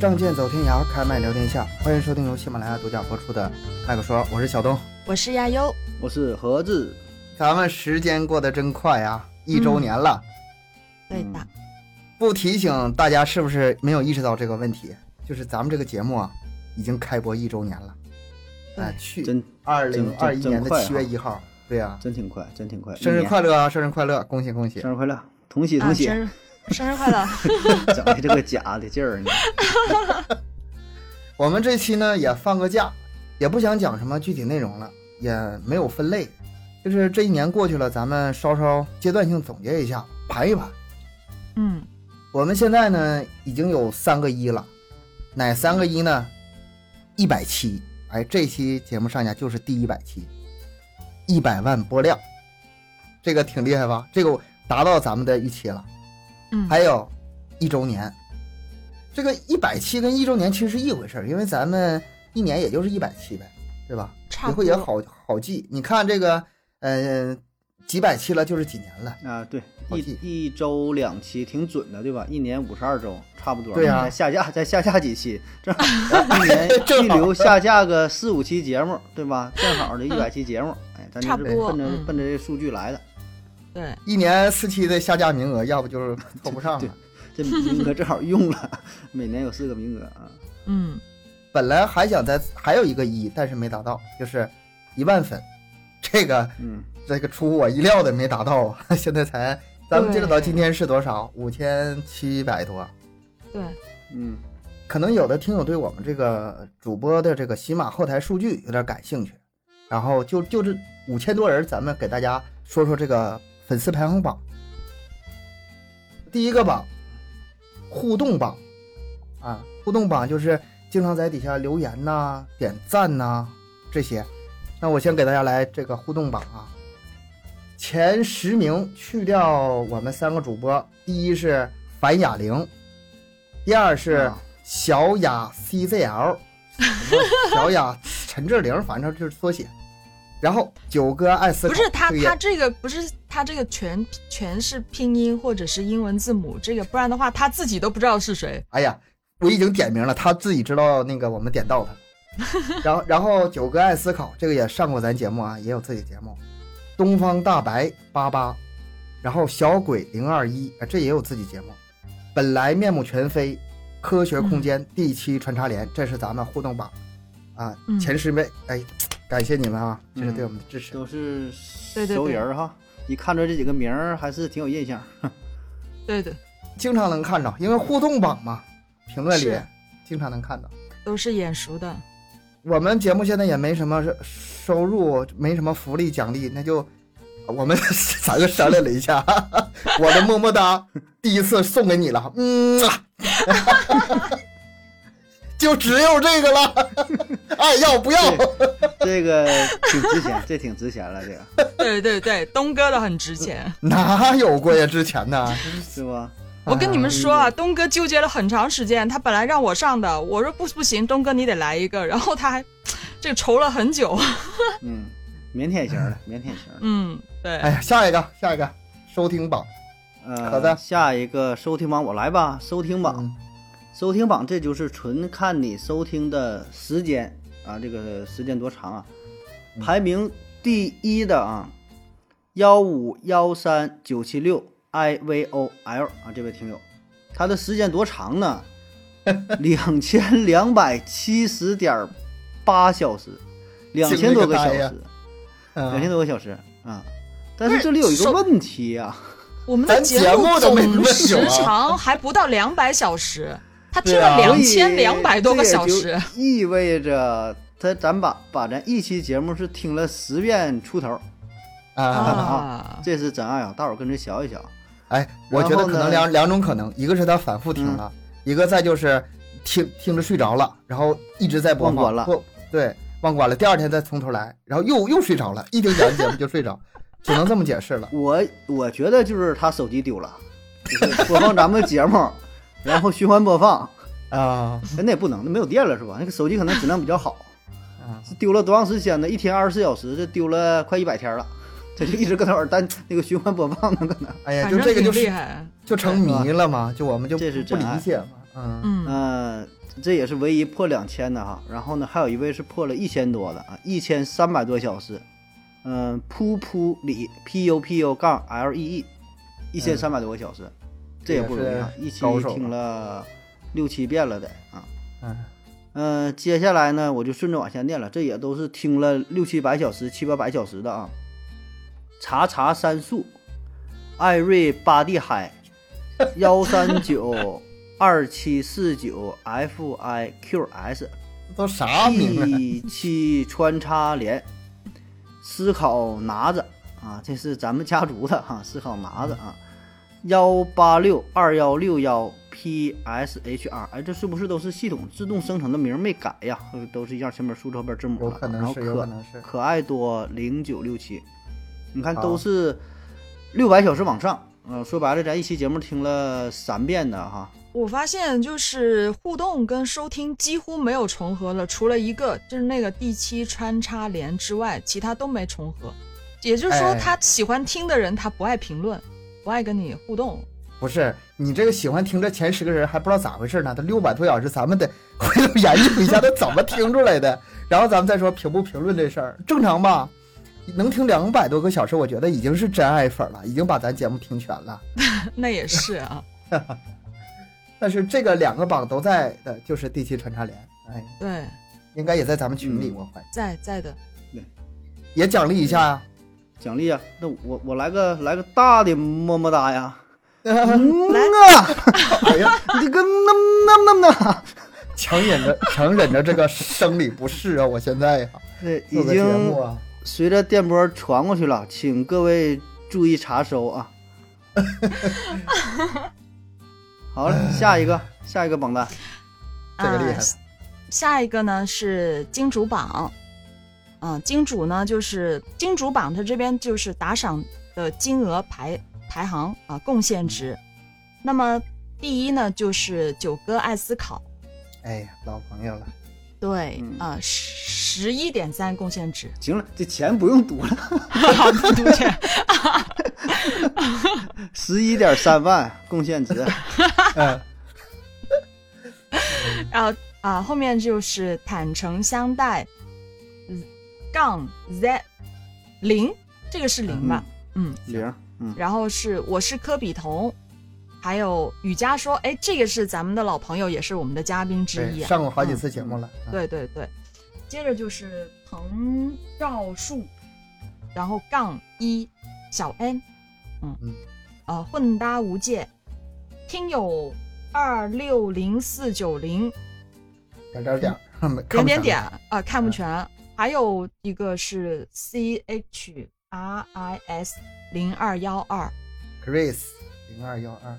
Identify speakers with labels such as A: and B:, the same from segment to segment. A: 仗剑走天涯，开麦聊天下，欢迎收听由喜马拉雅独家播出的《麦克说》，我是小东。
B: 我是亚优，
C: 我是何志，
A: 咱们时间过得真快呀，一周年了，
B: 对
C: 嗯
B: 的，
A: 不提醒大家是不是没有意识到这个问题？就是咱们这个节目啊，已经开播一周年了。
B: 对
A: 哎，去
C: 真
A: 二零二一
C: 真
A: 年的
C: 快啊
A: 七月一号，对呀、
C: 真挺快，真挺快，
A: 生
C: 一
A: 日
C: 年
A: 快乐啊，生日快乐，恭喜恭喜！
C: 生日快乐，同喜
B: 啊，
C: 同喜，
B: 生日生日快乐！
C: 整的这个假的劲儿呢，
A: 我们这期呢也放个假，也不想讲什么具体内容了，也没有分类，就是这一年过去了，咱们稍稍阶段性总结一下，盘一盘。
B: 嗯，
A: 我们现在呢已经有三个一了，哪三个一呢？一百期，哎，这期节目上架就是第一百期，一百万播量，这个挺厉害吧？这个达到咱们的预期了。
B: 嗯
A: 还有一周年，这个一百期跟一周年其实是一回事儿，因为咱们一年也就是一百期呗，对吧？以
B: 差不
A: 后
B: 多
A: 也好好记。你看这个，呃，几百期了就是几年了。
C: 啊，对，
A: 好记
C: 一一周两期，挺准的，对吧？一年五十二周，差不多。
A: 对呀
C: 再下架，再下架几期，正好一年
A: 正
C: 一
A: 好
C: 流下架个四五期节目，对吧？正好这一百期节目，哎，咱
B: 差
C: 就
B: 不
C: 是
B: 多
C: 奔着
B: 嗯
C: 奔着这数据来的，
B: 对，
A: 一年四期的下架名额，要不就是凑不上了
C: 对。这名额正好用了， 每年有四个名额啊。
B: 嗯，
A: 本来还想再还有一个一，但是没达到，就是一万粉， 这个
C: 嗯，
A: 这个出乎我意料的没达到啊！ 现在才咱们截止到今天是多少？五千七百多。
B: 对，
C: 嗯，
A: 可能有的听友对我们这个主播的这个喜马后台数据有点感兴趣，然后就就这五千多人，咱们给大家说说这个粉丝排行榜。第一个榜，互动榜，啊，互动榜就是经常在底下留言呐、点赞呐、这些。那我先给大家来这个互动榜啊，前十名去掉我们三个主播，第一是樊雅玲，第二是、
C: 啊
A: 小雅 CZL，什么小雅陈志玲，反正就是缩写。然后九哥爱思考，
B: 不是他
A: 这个也
B: 他这个不是他这个全全是拼音或者是英文字母，这个不然的话他自己都不知道是谁。
A: 哎呀，我已经点名了，他自己知道那个我们点到他了。然后，然后九哥爱思考，这个也上过咱节目啊，也有自己节目。东方大白八八，然后小鬼零二一，哎这也有自己节目。本来面目全非，科学空间、第七穿插连，这是咱们互动榜啊
B: 嗯
A: 前十位，哎，感谢你们啊，这是对我们的支持。
C: 都是
B: 对对
C: 熟
B: 对
C: 人儿哈，一看着这几个名儿还是挺有印象。
B: 对对，
A: 经常能看到，因为互动榜嘛，评论里
B: 是
A: 经常能看到。
B: 都是眼熟 的。
A: 我们节目现在也没什么收入，没什么福利奖励，那就我们 三个商量了一下，我的么么哒第一次送给你了，嗯 啊，就只有这个了， 爱要不要？
C: 这个挺值钱，这挺值钱了，这个
B: 对对对，东哥的很值钱。
A: 哪有过呀？之前呢？
C: 是吧？
B: 我跟你们说啊，东哥纠结了很长时间，他本来让我上的，我说不不行，东哥你得来一个，然后他还这个愁了很久。
C: 嗯，腼腆型的，腼腆型的。
B: 嗯，对，
A: 哎呀，下一个，下一个收听榜，
C: 呃，
A: 好的
C: 下一个收听榜我来吧，收听榜，
A: 嗯
C: 收听榜，这就是纯看你收听的时间啊，这个时间多长啊？排名第一的啊，幺五幺三九七六 I V O L 啊，这位听友，他的时间多长呢？两千两百七十点八小时，两千多个小
A: 惊了个呆呀
C: 时，两千
A: 嗯，
C: 多个小时啊。但
B: 不
C: 是
B: 是
C: 这里有一个
B: 首
C: 问题啊呀、
B: 我们的
A: 咱节目
B: 目
A: 都没
B: 总
A: 那么久啊
B: 时长还不到两百小时，他听
A: 对啊
B: 了
C: 所
B: 两
C: 以
B: 千两百多个小
C: 这
B: 时
C: 也。就意味着他咱把把咱一期节目是听了十遍出头，
A: 啊，
B: 啊，
C: 这是真爱啊！待会儿跟着学一学。
A: 哎，我觉得可
C: 然
A: 能
C: 后呢嗯
A: 两两种可能，一个是他反复听了，一个再就是听听着睡着了，然后一直在播放，
C: 忘关了
A: 不对，忘关了，第二天再从头来，然后又又睡着了，一听咱节目就睡着，只能这么解释了。
C: 我我觉得就是他手机丢了，就是播放咱们节目， 然后循环播放，
A: 啊
C: 哎那也不能，那没有电了是吧？那个手机可能质量比较好，
A: 啊，
C: 是丢了多长时间呢？一天二十四小时，这丢了快一百天了。他就一直搁那玩儿单那个循环播放呢，搁那儿。
A: 哎呀，
B: 反
A: 就
B: 正
A: 这个就
B: 挺厉
A: 是
B: 害。
A: 就成迷了嘛，就我们就
C: 这是
A: 不
C: 真爱
A: 理解嘛。嗯
B: 嗯
C: 呃，这也是唯一破两千的哈。然后呢，还有一位是破了一千多的啊，一千三百多小时。嗯、噗噗里 P U P U 杠 L E
A: 嗯
C: E，一千三百多个小时，这也不容易啊，
A: 也
C: 一
A: 是
C: 期
A: 高手
C: 听了六七遍了得啊。
A: 嗯，
C: 嗯、接下来呢，我就顺着往下念了，这也都是听了六七百小时、七八百小时的啊。查查三树，艾瑞巴蒂海，幺三九二七四九 F I Q S
A: 这都啥名啊？
C: 第七穿插连，思考拿子啊，这是咱们家族的哈、思考拿子啊，幺八六二幺六幺 PSHR，哎，这是不是都是系统自动生成的名儿没改呀？呃都是一样，前面竖着后边字母
A: 有
C: 了啊。
A: 可能
C: 然后
A: 是有可
C: 可
A: 能是
C: 可爱多零九六七，你看
A: 好
C: 都是六百小时往上。嗯、说白了，咱一期节目听了三遍的哈，
B: 我发现就是互动跟收听几乎没有重合了，除了一个就是那个第七穿插连之外，其他都没重合。也就是说，
A: 哎
B: 他喜欢听的人，他不爱评论，不爱跟你互动。
A: 不是你这个喜欢听这前十个人还不知道咋回事呢？他六百多小时，咱们得回头研究一下他怎么听出来的，然后咱们再说评不评论这事儿，正常吧？能听两百多个小时，我觉得已经是真爱粉了，已经把咱节目听全了。
B: 那也是啊，
A: 但是这个两个榜都在的，就是第七穿插连，哎，
B: 对，
A: 应该也在咱们群里，
C: 嗯
A: 我怀疑
B: 在在的，
A: 也奖励一下呀、
C: 奖励啊，那我我来个来个大的么么哒呀。嗯
B: 来
C: 啊，
A: 哎呀，
C: 你这个那那那那，
A: 强忍着强忍着这个生理不适啊，我现在呀、
C: 这已
A: 做个节
C: 经
A: 目啊，
C: 随着电波传过去了，请各位注意查收 啊。好了，下一个，下一个榜单，
A: 这个厉害
B: 啊
A: 了
B: 下一个呢是金主榜，嗯、金主呢就是金主榜，它这边就是打赏的金额排排行啊、贡献值。那么第一呢就是九哥爱思考，
A: 哎呀，老朋 友了，
B: 对
C: 嗯，
B: 啊、十一点三贡献值，
C: 行了，这钱不用读了，
B: 好不读 这，
C: 十一点三万贡献值，
A: 嗯，
B: 然后啊、后面就是坦诚相待，嗯杠 Z 零，这个是零吧？嗯
C: 零，嗯，
B: 然后是我是科比童，还有雨佳说，哎，这个是咱们的老朋友，也是我们的嘉宾之
A: 对，
B: 一、啊。
A: 上过好几次节目了，嗯
B: 对对对，接着就是彭赵树，然后杠一小 n，嗯
A: 嗯
B: 呃，混搭无界，听友二六零四九零
A: 啊点点点儿， 没看不嗯
B: 点点
A: 上
B: 点啊、看不全，还有一个是 c h r i s 零二幺二，
A: Chris 零二幺二，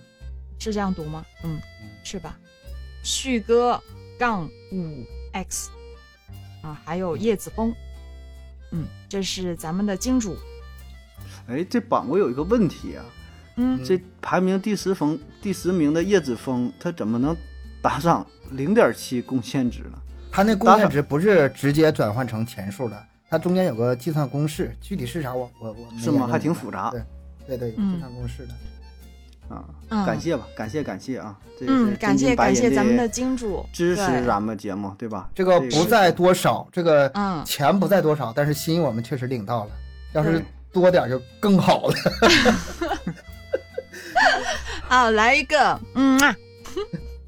B: 是这样读吗？嗯
A: 嗯，
B: 是吧？旭哥杠五 x 啊，还有叶子峰，嗯，这是咱们的金主，
C: 哎，这榜我有一个问题啊，
B: 嗯，
C: 这排名第十封第十名的叶子峰，他怎么能打赏零点七贡献值呢？
A: 他那贡献值不是直接转换成钱数的，它中间有个计算公式，具体是啥我我我没
C: 是吗
A: 研究
C: 还挺
A: 明白
C: 复杂
A: 对对对，有
B: 嗯
A: 计算公式的，
C: 啊，
B: 嗯
C: 感谢吧，感谢感谢啊，这
B: 嗯，
C: 是
B: 感
C: 真
B: 谢
C: 金白
B: 感
C: 银
B: 谢咱们的
C: 的
B: 金主
C: 支持啊
B: 对
C: 咱们节目，对吧？
A: 这个不在多少，这个
B: 嗯
A: 钱不在多少，但是心意我们确实领到了，要是
C: 对
A: 多点儿就更好了。
B: 啊，来一个，嗯啊，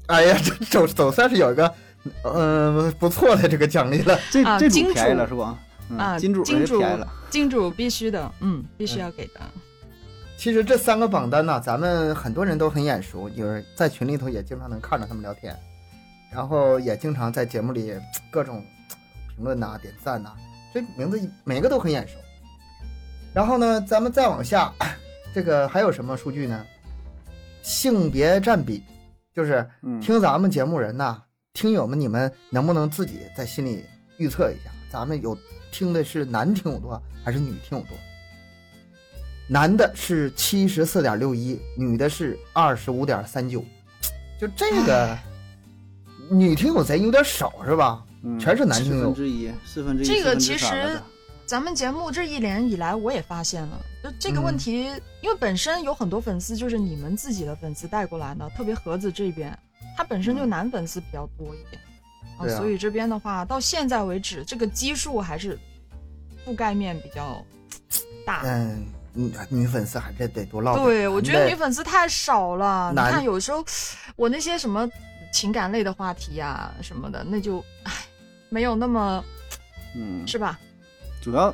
A: 哎呀，这总总算是有一个嗯、不错的这个奖励了，
C: 这
B: 啊
C: 这
B: 金
C: 主便宜
B: 主
C: 了是吧？
B: 啊
C: 嗯，金主
B: 金
C: 这
B: 主
C: 便宜了，
B: 金主必须的，嗯，必须要给的，
A: 其实这三个榜单呢、咱们很多人都很眼熟，有人在群里头也经常能看着他们聊天，然后也经常在节目里各种评论呐、点赞呐、这名字每个都很眼熟。然后呢，咱们再往下， 这个还有什么数据呢？性别占比，就是
C: 嗯，
A: 听咱们节目人呐、听友们，你们能不能自己在心里预测一下，咱们有听的是男听友多还是女听友多？男的是七十四点六一，女的是二十五点三九，就这个女听友贼有点少是吧？
C: 嗯
A: 全是男听
C: 四
A: 友
C: 分之一，四分之一，
B: 这个
C: 四分之
B: 其
C: 三了
B: 实
C: 的
B: 咱们节目这一年以来，我也发现了，就这个
A: 嗯
B: 问题，因为本身有很多粉丝就是你们自己的粉丝带过来的，特别盒子这边它本身就
C: 嗯
B: 男粉丝比较多一点啊，
A: 对啊
B: 所以这边的话，到现在为止，这个基数还是覆盖面比较大。
C: 哎
A: 嗯，女女粉丝还是得多唠叨。
B: 对，我觉得
A: 男
B: 女
A: 的
B: 粉丝太少了。你
A: 男
B: 看，有时候我那些什么情感类的话题呀、什么的，那就唉，没有那么
C: 嗯，
B: 是吧？
C: 主要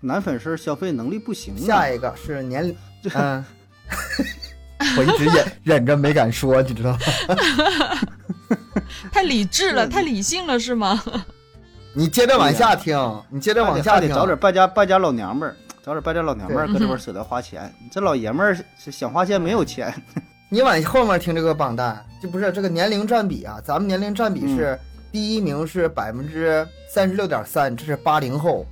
C: 男粉丝消费能力不行啊
A: 下。一个是年龄，嗯， 我一直忍忍着没敢说，你 知道吗？
B: 太理智了，太理性了，是吗？
A: 你接着往下听，你接着
C: 还
A: 往
C: 得
A: 下
C: 还得
A: 听，
C: 找点败家败家老娘们儿，找点败家老娘们儿
B: 对
C: 搁这块儿舍得花钱。这老爷们儿是想花钱没有钱，
A: 你往后面听这个榜单，就不是这个年龄占比啊，咱们年龄占比
B: 嗯
A: 是、第一名是百分之三十六点三，这是八零后，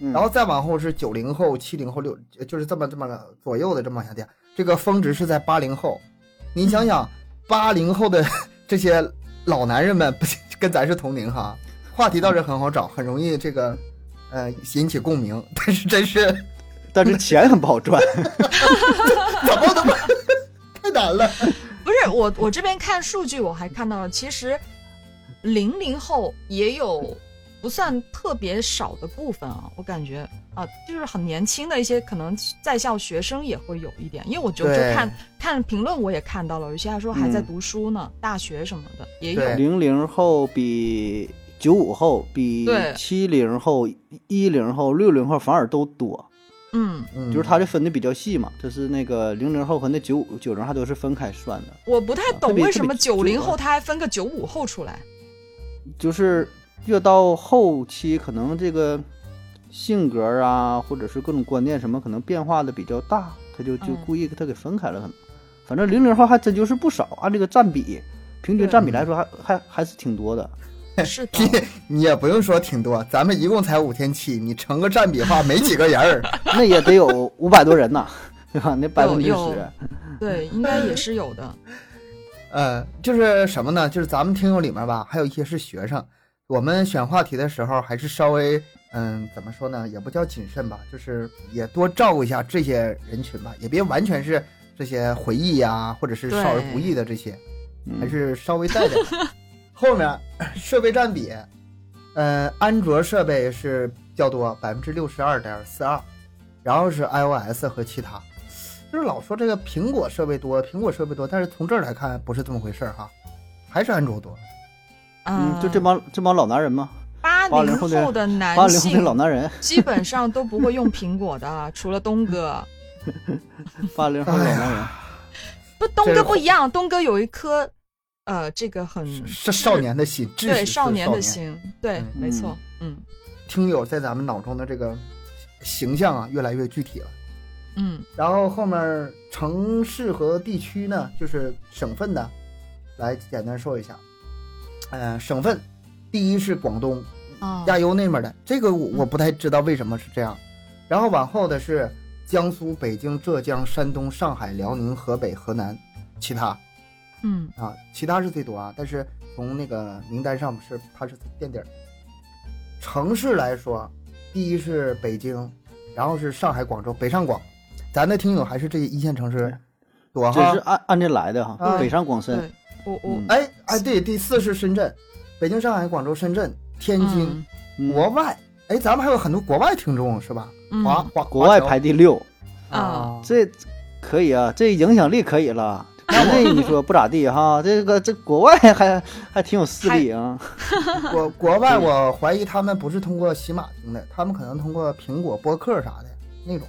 C: 嗯
A: 然后再往后是九零后、七零后、六，呃就是这么这么个左右的这么往下掉。这个峰值是在八零后，你想想，八零后的 这些老男人们，不 是跟咱是同龄哈，话题倒是很好找，很容易这个呃引起共鸣， 但是真是
C: 嗯但是钱很不好赚。
A: 怎么都太难了。
B: 不是，我我这边看数据，我还看到了，其实零零后也有不算特别少的部分啊，我感觉啊，就是很年轻的一些可能在校学生也会有一点，因为我就就
A: 对
B: 看看评论，我也看到了，有些还说还在
C: 嗯
B: 读书呢，大学什么的也有。
A: 对
C: 零零后比九五后比
B: 对
C: 七零后、一零后、六零后反而都多，
B: 嗯，
A: 嗯
C: 就是他这分的比较细嘛，就是那个零零后和那九五九零后都是分开算的，
B: 我不太
C: 特
B: 懂
C: 别
B: 为什么
C: 特
B: 九
C: 别
B: 零后他还分个九五后出来。
C: 就是越到后期可能这个性格啊，或者是各种观念什么可能变化的比较大，他就就
B: 嗯
C: 故意给他给分开了，可能。反正零零后还真就是不少，按这个占比，平均
B: 对
C: 占比来说还还还是挺多的。
B: 是 的，
A: 你你也不用说挺多，咱们一共才五千七，你乘个占比的话，没几个人儿。
C: 那也得有五百多人呐，对吧？那百分之
B: 有
C: 十，
B: 对，应该也是有的。
A: 呃，就是什么呢？就是咱们听友里面吧，还有一些是学生。我们选话题的时候，还是稍微嗯，怎么说呢？也不叫谨慎吧，就是也多照顾一下这些人群吧，也别完全是这些回忆呀、或者是
B: 对
A: 少儿不宜的这些，
C: 嗯
A: 还是稍微带点。后面设备占比，呃，安卓设备是较多，百分之六十二点四二，然后是 iOS 和其他。就是老说这个苹果设备多，苹果设备多，但是从这儿来看不是这么回事儿哈，还是安卓多。
C: 嗯，就这帮这帮老男人嘛，
B: 啊八零
C: 80后的
B: 后的
C: 八
B: 男
C: 零后的
B: 性
C: 老男 人，
B: 基本上都不会用苹果 的，啊除了东哥。
A: 嗯
C: 八零后的老男 人，
A: 啊
B: 不，东
A: 这
B: 哥不一样，东哥有一颗，呃，这个很
A: 是少年的心，至
B: 对
A: 死是
B: 少年
A: 年
B: 的。心，对，
A: 嗯
B: 没错，嗯
A: 听友在咱们脑中的这个形象啊，越来越具体了。
B: 嗯
A: 然后后面城市和地区呢，就是省份的，来简单说一下。呃，省份第一是广东，
B: 啊，
A: 亚优那边的，这个我我不太知道为什么是这样。然后往后的是江苏、北京、浙江、山东、上海、辽宁、河北、河南，其他
B: 嗯
A: 啊，其他是最多啊。但是从那个名单上是它是垫底儿。城市来说，第一是北京，然后是上海、广州、北上广。咱的听友还是这一线城市多
C: 这
A: 哈
C: 是。按按这来的哈，
A: 啊
C: 北上广深
B: 嗯对，我我
C: 嗯
A: 哎哎，对，第四是深圳，北京、上海、广州、深圳、天津、
B: 嗯
C: 嗯
A: 国外。哎，咱们还有很多国外听众是吧？
B: 嗯
A: 华华
C: 国外
A: 侨
C: 排第六，
B: 啊
C: 这可以啊，这影响力可以了。国内你说不咋 地哈，这个这国外还还挺有势力啊。
A: 国国外，我怀疑他们不是通过喜马听的，他们可能通过苹果播客啥的那种。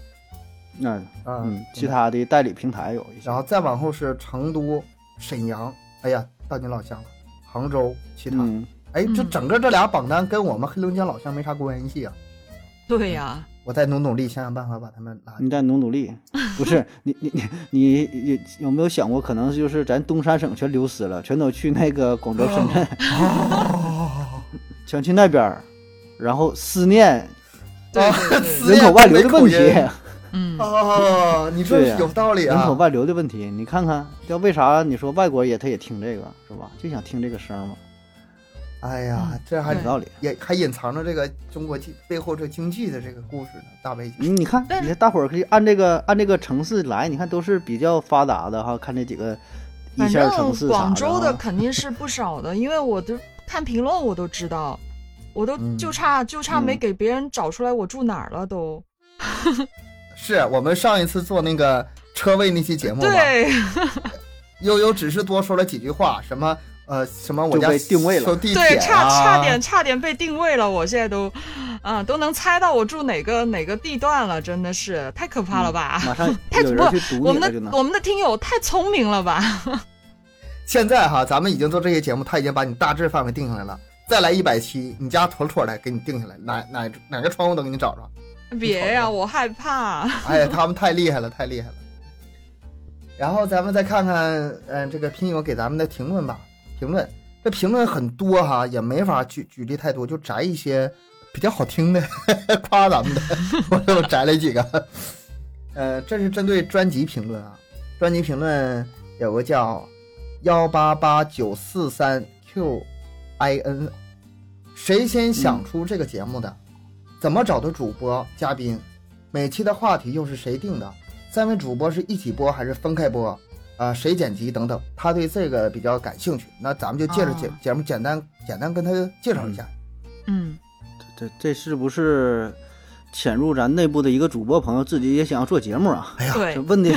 C: 嗯嗯，其
A: 他，
C: 他的代理平台有一些
A: 然，后再往后是成都、沈阳，哎呀，到你老乡了，杭州，其他。
C: 嗯，
A: 哎，这
B: 嗯
A: 整个这俩榜单跟我们黑龙江老乡没啥关系啊！
B: 对呀，
A: 我再努努力，想想办法把他们拉。
C: 你再努努力，不是你你你你你有没有想过，可能就是咱东三省全流失了，全都去那个广州、深圳，
A: 哦
C: 全去那边儿，然后思念
B: 对
A: 啊
B: 对 对
A: 思
B: 对，
C: 人口外流的问题，
A: 思念东北口音
C: 人
B: 嗯
A: 哦，你说
C: 对呀
A: 有道理啊
C: 口！外流的问题，你看看，要为啥你说外国也他也听这个是吧？就想听这个声儿嘛，
A: 哎呀
B: 嗯，
A: 这还
B: 对
C: 有道理。
A: 也还隐藏着这个中国经背后这经济的这个故事呢，大背景。
C: 你你看，
B: 但
C: 你看大伙儿可以按这个按这个城市来，你看都是比较发达的哈，看这几个一
B: 反
C: 线城市
B: 正
C: 啥
B: 广州
C: 的
B: 的
C: 啊
B: 肯定是不少的，因为我都看评论我都知道，我都
A: 嗯
B: 就差就差没
C: 嗯
B: 给别人找出来我住哪儿了都。
A: 是我们上一次做那个车位那期节目吧，
B: 对，
A: 悠悠只是多说了几句话，什么呃什么我
C: 就
A: 家
C: 被定位了
A: 收地铁、啊、
B: 对，差差点差点被定位了，我现在都，啊、都能猜到我住哪个哪个地段了，真的是太可怕了吧！
C: 嗯马上
B: 太
C: 有人去堵
B: 我
C: 你
B: 们
C: 嗯了，就能
B: 的我们的听友太聪明了吧？
A: 现在哈，咱们已经做这些节目，他已经把你大致范围定下来了。再来一百期，你家妥妥的给你定下来，哪哪哪个窗户都给你找着。
B: 别呀、我害怕。
A: 哎呀，他们太厉害了，太厉害了。然后咱们再看看，嗯、这个拼友给咱们的评论吧。评论这评论很多哈，也没法举举例太多，就摘一些比较好听的 夸咱们的，我又摘了几个。呃，这是针对专辑评论啊，专辑评论有个叫幺八八九四三 QIN，谁先想出这个节目的？怎么找的主播嘉宾？每期的话题又是谁定的？三位主播是一起播还是分开播？啊、谁剪辑等等，他对这个比较感兴趣。那咱们就借着节
B: 啊
A: 节目简单简单跟他介绍一下。
B: 嗯，
C: 这这是不是潜入咱内部的一个主播朋友自己也想要做节目啊？
A: 哎呀
B: 嗯对
C: 这，问的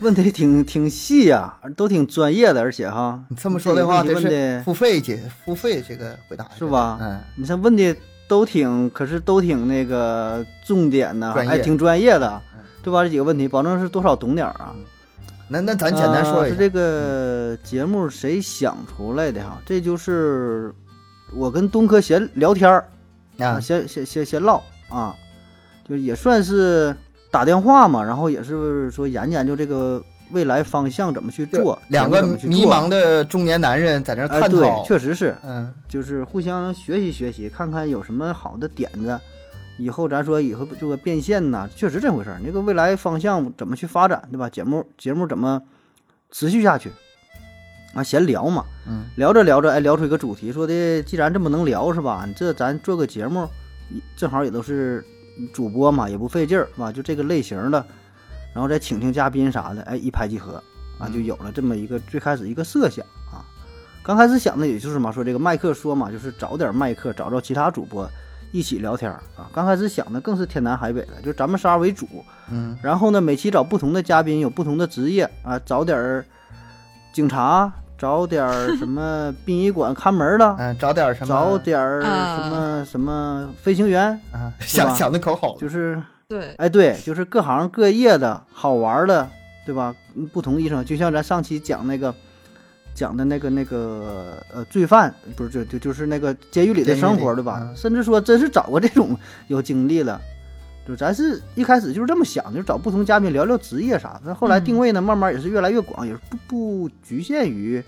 C: 问的挺挺细呀、都挺专业的，而且哈，
A: 你这么说的话，得
C: 这个问题问
A: 是
C: 的
A: 付费解付费这个回答
C: 是吧
A: 嗯，
C: 你这问的都挺，可是都挺那个重点的，
A: 专业
C: 还挺专业的
A: 嗯，
C: 对吧？这几个问题，保证是多少懂点儿啊？
A: 那那咱简单说
C: 呃
A: 一
C: 是
A: 下。
C: 这个节目谁想出来的哈？这就是我跟东科闲聊天儿啊，
A: 啊，
C: 闲闲闲闲唠啊，就也算是打电话嘛，然后也是说研究研究这个未来方向怎么去做，
A: 两
C: 节
A: 个
C: 目怎么去
A: 迷
C: 做。
A: 茫的中年男人在那儿
C: 哎、
A: 探
C: 对，
A: 讨，
C: 确实是，
A: 嗯，
C: 就是互相学习学习，看看有什么好的点子。以后咱说以后这个变现呐、确实这回事儿。那个未来方向怎么去发展，对吧？节目节目怎么持续下去？啊，闲聊嘛，
A: 嗯，
C: 聊着聊着，哎，聊出一个主题，说的既然这么能聊是吧？你这咱做个节目，正好也都是主播嘛，也不费劲儿，是吧？就这个类型的，然后再请请嘉宾啥的，哎，一拍即合啊，就有了这么一个最开始一个设想啊。刚开始想的也就是嘛，说这个麦克说嘛，就是找点麦克，找找其他主播一起聊天儿啊。刚开始想的更是天南海北的，就咱们仨为主，
A: 嗯，
C: 然后呢，每期找不同的嘉宾，有不同的职业啊，找点儿警察，找点儿什么殡仪馆看哎门 的，
A: 嗯，找点什么？
C: 找点儿
B: 啊
C: 什么什么飞行员，
A: 啊，
C: 是吧
A: 想想的可好了。
C: 就是
B: 对，
C: 哎，对，就是各行各业的好玩儿的，对吧？嗯不同医生，就像咱上期讲那个讲的那个那个呃罪犯，不是就就就是那个监狱里的
A: 监狱
C: 生
A: 里
C: 活，对吧？
A: 嗯
C: 甚至说真是找过这种有经历了。就咱是一开始就是这么想，就是找不同嘉宾聊聊职业啥的。但后来定
B: 嗯
C: 位呢，慢慢也是越来越广，也是不不局限于，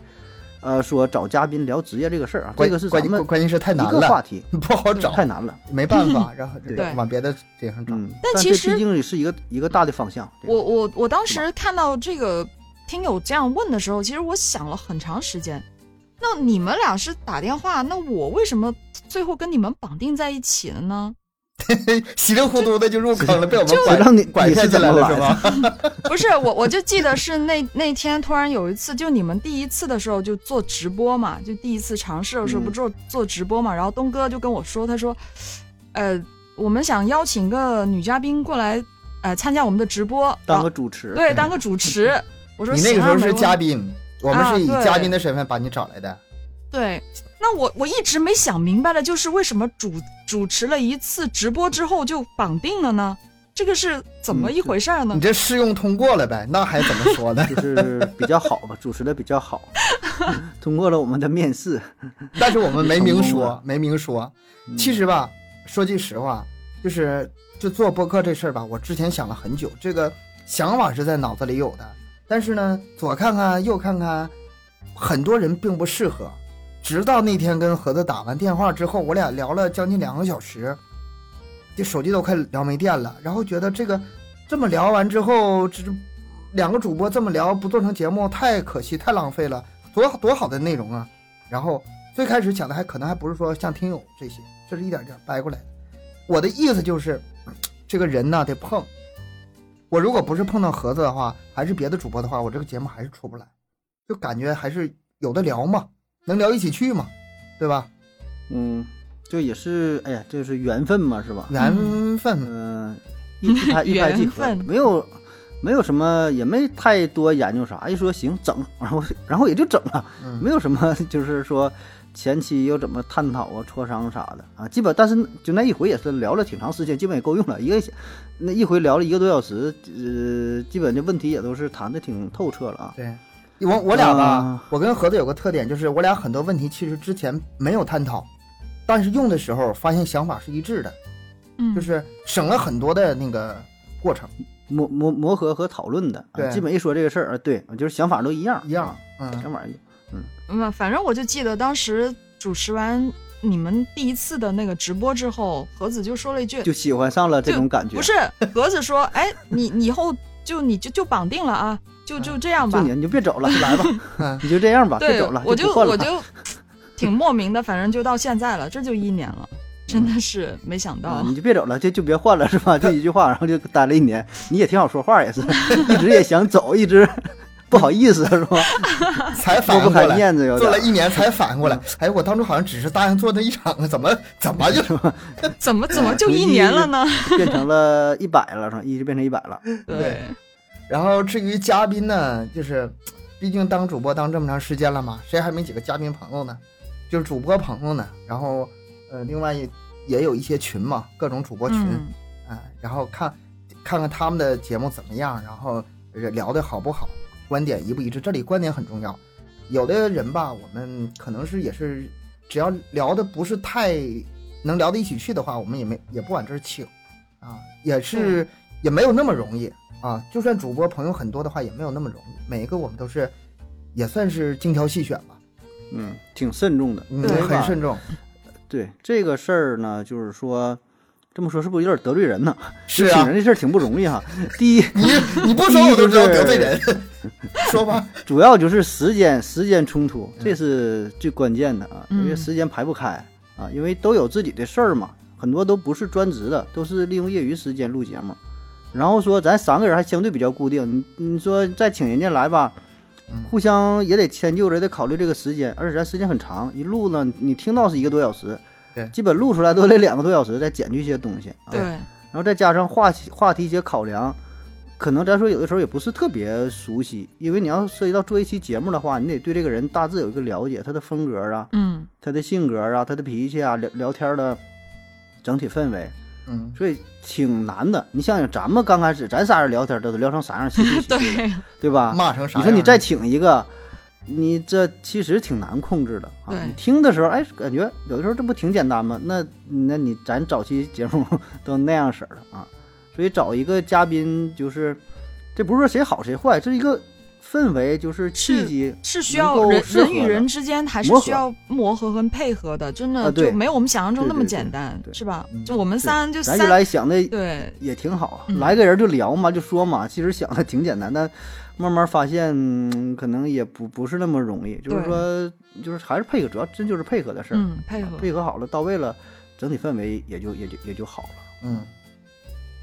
C: 呃，说找嘉宾聊职业这个事儿啊。这
A: 关
C: 个是咱
A: 关
C: 们
A: 键关键是太
C: 一
A: 难
C: 个话
A: 了，
C: 题，
A: 不好找，
C: 太难了。
A: 没办 法，然后
C: 对
A: 往别的地方找。
C: 嗯，
B: 但
C: 但
B: 其
C: 这
B: 实
C: 毕竟也是一个一个大的方向。这个
B: 我我我当
C: 是
B: 时看到这个听友这样问的时候，其实我想了很长时间。那你们俩是打电话，那我为什么最后跟你们绑定在一起了呢？
A: 稀里糊涂的就入坑了，被我们
C: 谁
A: 拐
C: 让你
A: 拐
C: 你是
A: 骗进
C: 怎么
A: 来了
C: 来
A: 是
C: 的？
A: 吧？
B: 不是我，我就记得是那那天突然有一次，就你们第一次的时候就做直播嘛，就第一次尝试的时候
C: 嗯
B: 不做做直播嘛，然后东哥就跟我说，他说，呃，我们想邀请个女嘉宾过来，呃，参加我们的直播，
C: 当
B: 个
C: 个主持，
B: 对，当个 主持。我说
A: 你那
B: 行
A: 个时
B: 啊
A: 候
B: 没
A: 是
B: 问
A: 嘉
B: 题
A: 宾，我们是以
B: 啊对
A: 嘉宾的身份把你找来的。
B: 对，那我我一直没想明白的就是为什么主主持了一次直播之后就绑定了呢？这个是怎么
C: 嗯？
B: 一回事儿呢？
A: 你这试用通过了呗？那还怎么说呢
C: 就是比较好吧，主持的比 较好，通过了我们的面试。
A: 但是我们没 明
C: 成功
A: 说
C: 了，
A: 没明说。
C: 嗯
A: 其实吧，说句实话，就是就做播客这事儿吧，我之前想了很久，这个想法是在脑子里有的，但是呢，左看看右看看，很多人并不适合。直到那天跟盒子打完电话之后，我俩聊了将近两个小时，这手机都快聊没电了。然后觉得这个这么聊完之后，这这两个主播这么聊不做成节目太可惜，太浪费了，多多好的内容啊！然后最开始想的还可能还不是说像听友这些，这是一点点掰过来的。我的意思就是，这个人呢得碰。我如果不是碰到盒子的话，还是别的主播的话，我这个节目还是出不来。就感觉还是有的聊嘛，能聊一起去嘛，对吧？
C: 嗯，这也是，哎呀，这是缘分嘛，是吧？
A: 缘分，
C: 嗯、一一拍一拍即合，
B: 缘分
C: 没有没有什么，也没太多研究啥，一说行整，然后然后也就整了，
A: 嗯
C: 没有什么 就是说前期又怎么探讨啊、磋商啥的啊，基本但是就那一回也是聊了挺长时间，基本也够用了，一个那一回聊了一个多小时，呃，基本这问题也都是谈的挺透彻了啊。
A: 对。哎我我俩吧
C: 啊，
A: 我跟盒子有个特点，就是我俩很多问题其实之前没有探讨，但是用的时候发现想法是一致的，
B: 嗯，
A: 就是省了很多的那个过程，
C: 磨磨磨合和讨论的，啊
A: 对
C: 基本一说这个事儿啊，对，就是想法都一样，
A: 一样
C: 啊，
A: 嗯，
C: 想法一样。
B: 嗯，反正我就记得当时主持完你们第一次的那个直播之后，何子就说了一句，
C: 就喜欢上了这种感觉。
B: 不是何子说，哎，你你以后就你就就绑定了啊，就就这样吧
C: 就。你，你就别走了， 来吧，
A: 嗯
C: 你就这样吧，别
B: 对
C: 走了，，
B: 我
C: 就不换了
B: 我就挺莫名的，反正就到现在了，这就一年了，真的是没想
C: 啊
B: 到，
C: 你。就别走了，就就别换了，是 吧？就一句话，然后就待了一年，你也挺好说话，也是，一直也想走，一直 不好意思，是吧？
A: 才
C: 摸
A: 反
C: 嗯不
A: 应过
C: 开
A: 来，
C: 面子，有
A: 做了
C: 点。嗯
A: 一年才反应过来，哎，我当初好像只是答应做那一场啊，怎么 怎么 就
B: 怎么怎么就一年了呢？
C: 变成了一百了，是吧？一就变成一百了，
A: 对，然后至于嘉宾呢，就是毕竟当主播当这么长时间了嘛，谁还没几个嘉宾朋友呢？就是主播朋友呢，然后呃，另外也也有一些群嘛，各种主播群，
B: 嗯，
A: 啊，然后看看看他们的节目怎么样，然后呃聊的好不好，观点一不一致，这里观点很重要。有的人吧，我们可能是也是，只要聊的不是太能聊到一起去的话，我们也没也不往这儿请，啊，也是也没有那么容易啊。就算主播朋友很多的话，也没有那么容易。每一个我们都是也算是精挑细选吧，
C: 嗯，挺慎重的，
A: 嗯，
B: 对
A: 很慎重，
C: 对这个事儿呢，就是说，这么说是不是有点得罪人呢？
A: 是
C: 请
A: 啊。
C: 人这事儿挺不容易哈。 第一，
A: 你你不说我都知道得罪人，说吧，
C: 主要就是时间时间冲突，
A: 嗯
C: 这是最关键的啊，
B: 嗯
C: 因为时间排不开啊，因为都有自己的事儿嘛，很多都不是专职的，都是利用业余时间录节目。然后说咱三个人还相对比较固定，你你说再请人家来吧
A: 嗯，
C: 互相也得迁就着，也得考虑这个时间，而且咱时间很长，一录呢，你听到是一个多小时
A: 对，
C: 基本录出来都得两个多小时，再剪去一些东西啊。
B: 对，
C: 然后再加上话题话题一些考量，可能咱说有的时候也不是特别熟悉，因为你要涉及到做一期节目的话，你得对这个人大致有一个了解，他的风格啊，
B: 嗯，
C: 他的性格啊，他的脾气啊，聊聊天的整体氛围，
A: 嗯，
C: 所以挺难的。你想想，咱们刚开始咱仨人聊天，这都聊成啥样，稀稀
B: 对
C: 碎，碎，对吧？
A: 骂成啥样
C: 你说
A: 儿？
C: 你再请一个，你这其实挺难控制的啊
B: 对。
C: 你听的时候，哎，感觉有的时候这不挺简单吗？那那你咱早期节目 都那样式儿的啊，所以找一个嘉宾就是，这不是说谁好谁坏，这是一个氛围，就是契机。
B: 是需
C: 能
B: 要
C: 够
B: 人
C: 适
B: 人
C: 合
B: 与
C: 的
B: 人之间还是
C: 磨
B: 需
C: 合
B: 要磨合和配合的，真的
C: 啊
B: 就
C: 对
B: 没有我们想象中
C: 对
B: 那么
C: 对
B: 简
C: 对
B: 单，
C: 对
B: 是吧
A: 嗯？
B: 就我们
C: 是
B: 三就
C: 咱
B: 三
C: 原来想的
B: 对，
C: 也挺好，
B: 嗯
C: 来个人就聊嘛，就说嘛。其实想的挺简单，但慢慢发现、嗯可能也不不是那么容易。就是
B: 对
C: 说，就是还是配合，主要真就是啊配合的事儿。
B: 嗯，配合，
C: 配合好了，到位了，整体氛围也就也就也就好了。
A: 嗯，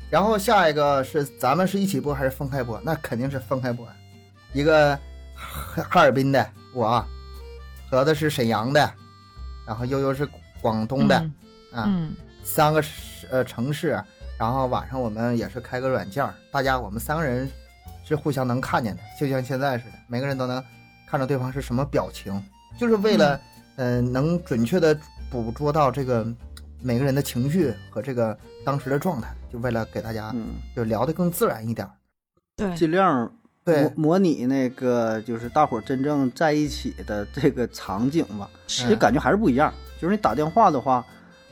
A: 然后下一个是咱们是一起播还是分开播？那肯定是分开播。啊一个哈哈尔滨的我，盒子是沈阳的，然后悠悠是广东的、
B: 嗯
A: 啊，
B: 嗯，
A: 三个是呃城市。然后晚上我们也是开个软件儿，大家我们三个人是互相能看见的，就像现在似的，每个人都能看着对方是什么表情，就是为了嗯、呃能准确的捕捉到这个每个人的情绪和这个当时的状态，就为了给大家
C: 嗯，
A: 就聊得更自然一点儿。
B: 对，
C: 尽量模
A: 对，
C: 模拟那个就是大伙儿真正在一起的这个场景吧，其实
B: 是
A: 嗯
C: 感觉还是不一样。就是你打电话的话，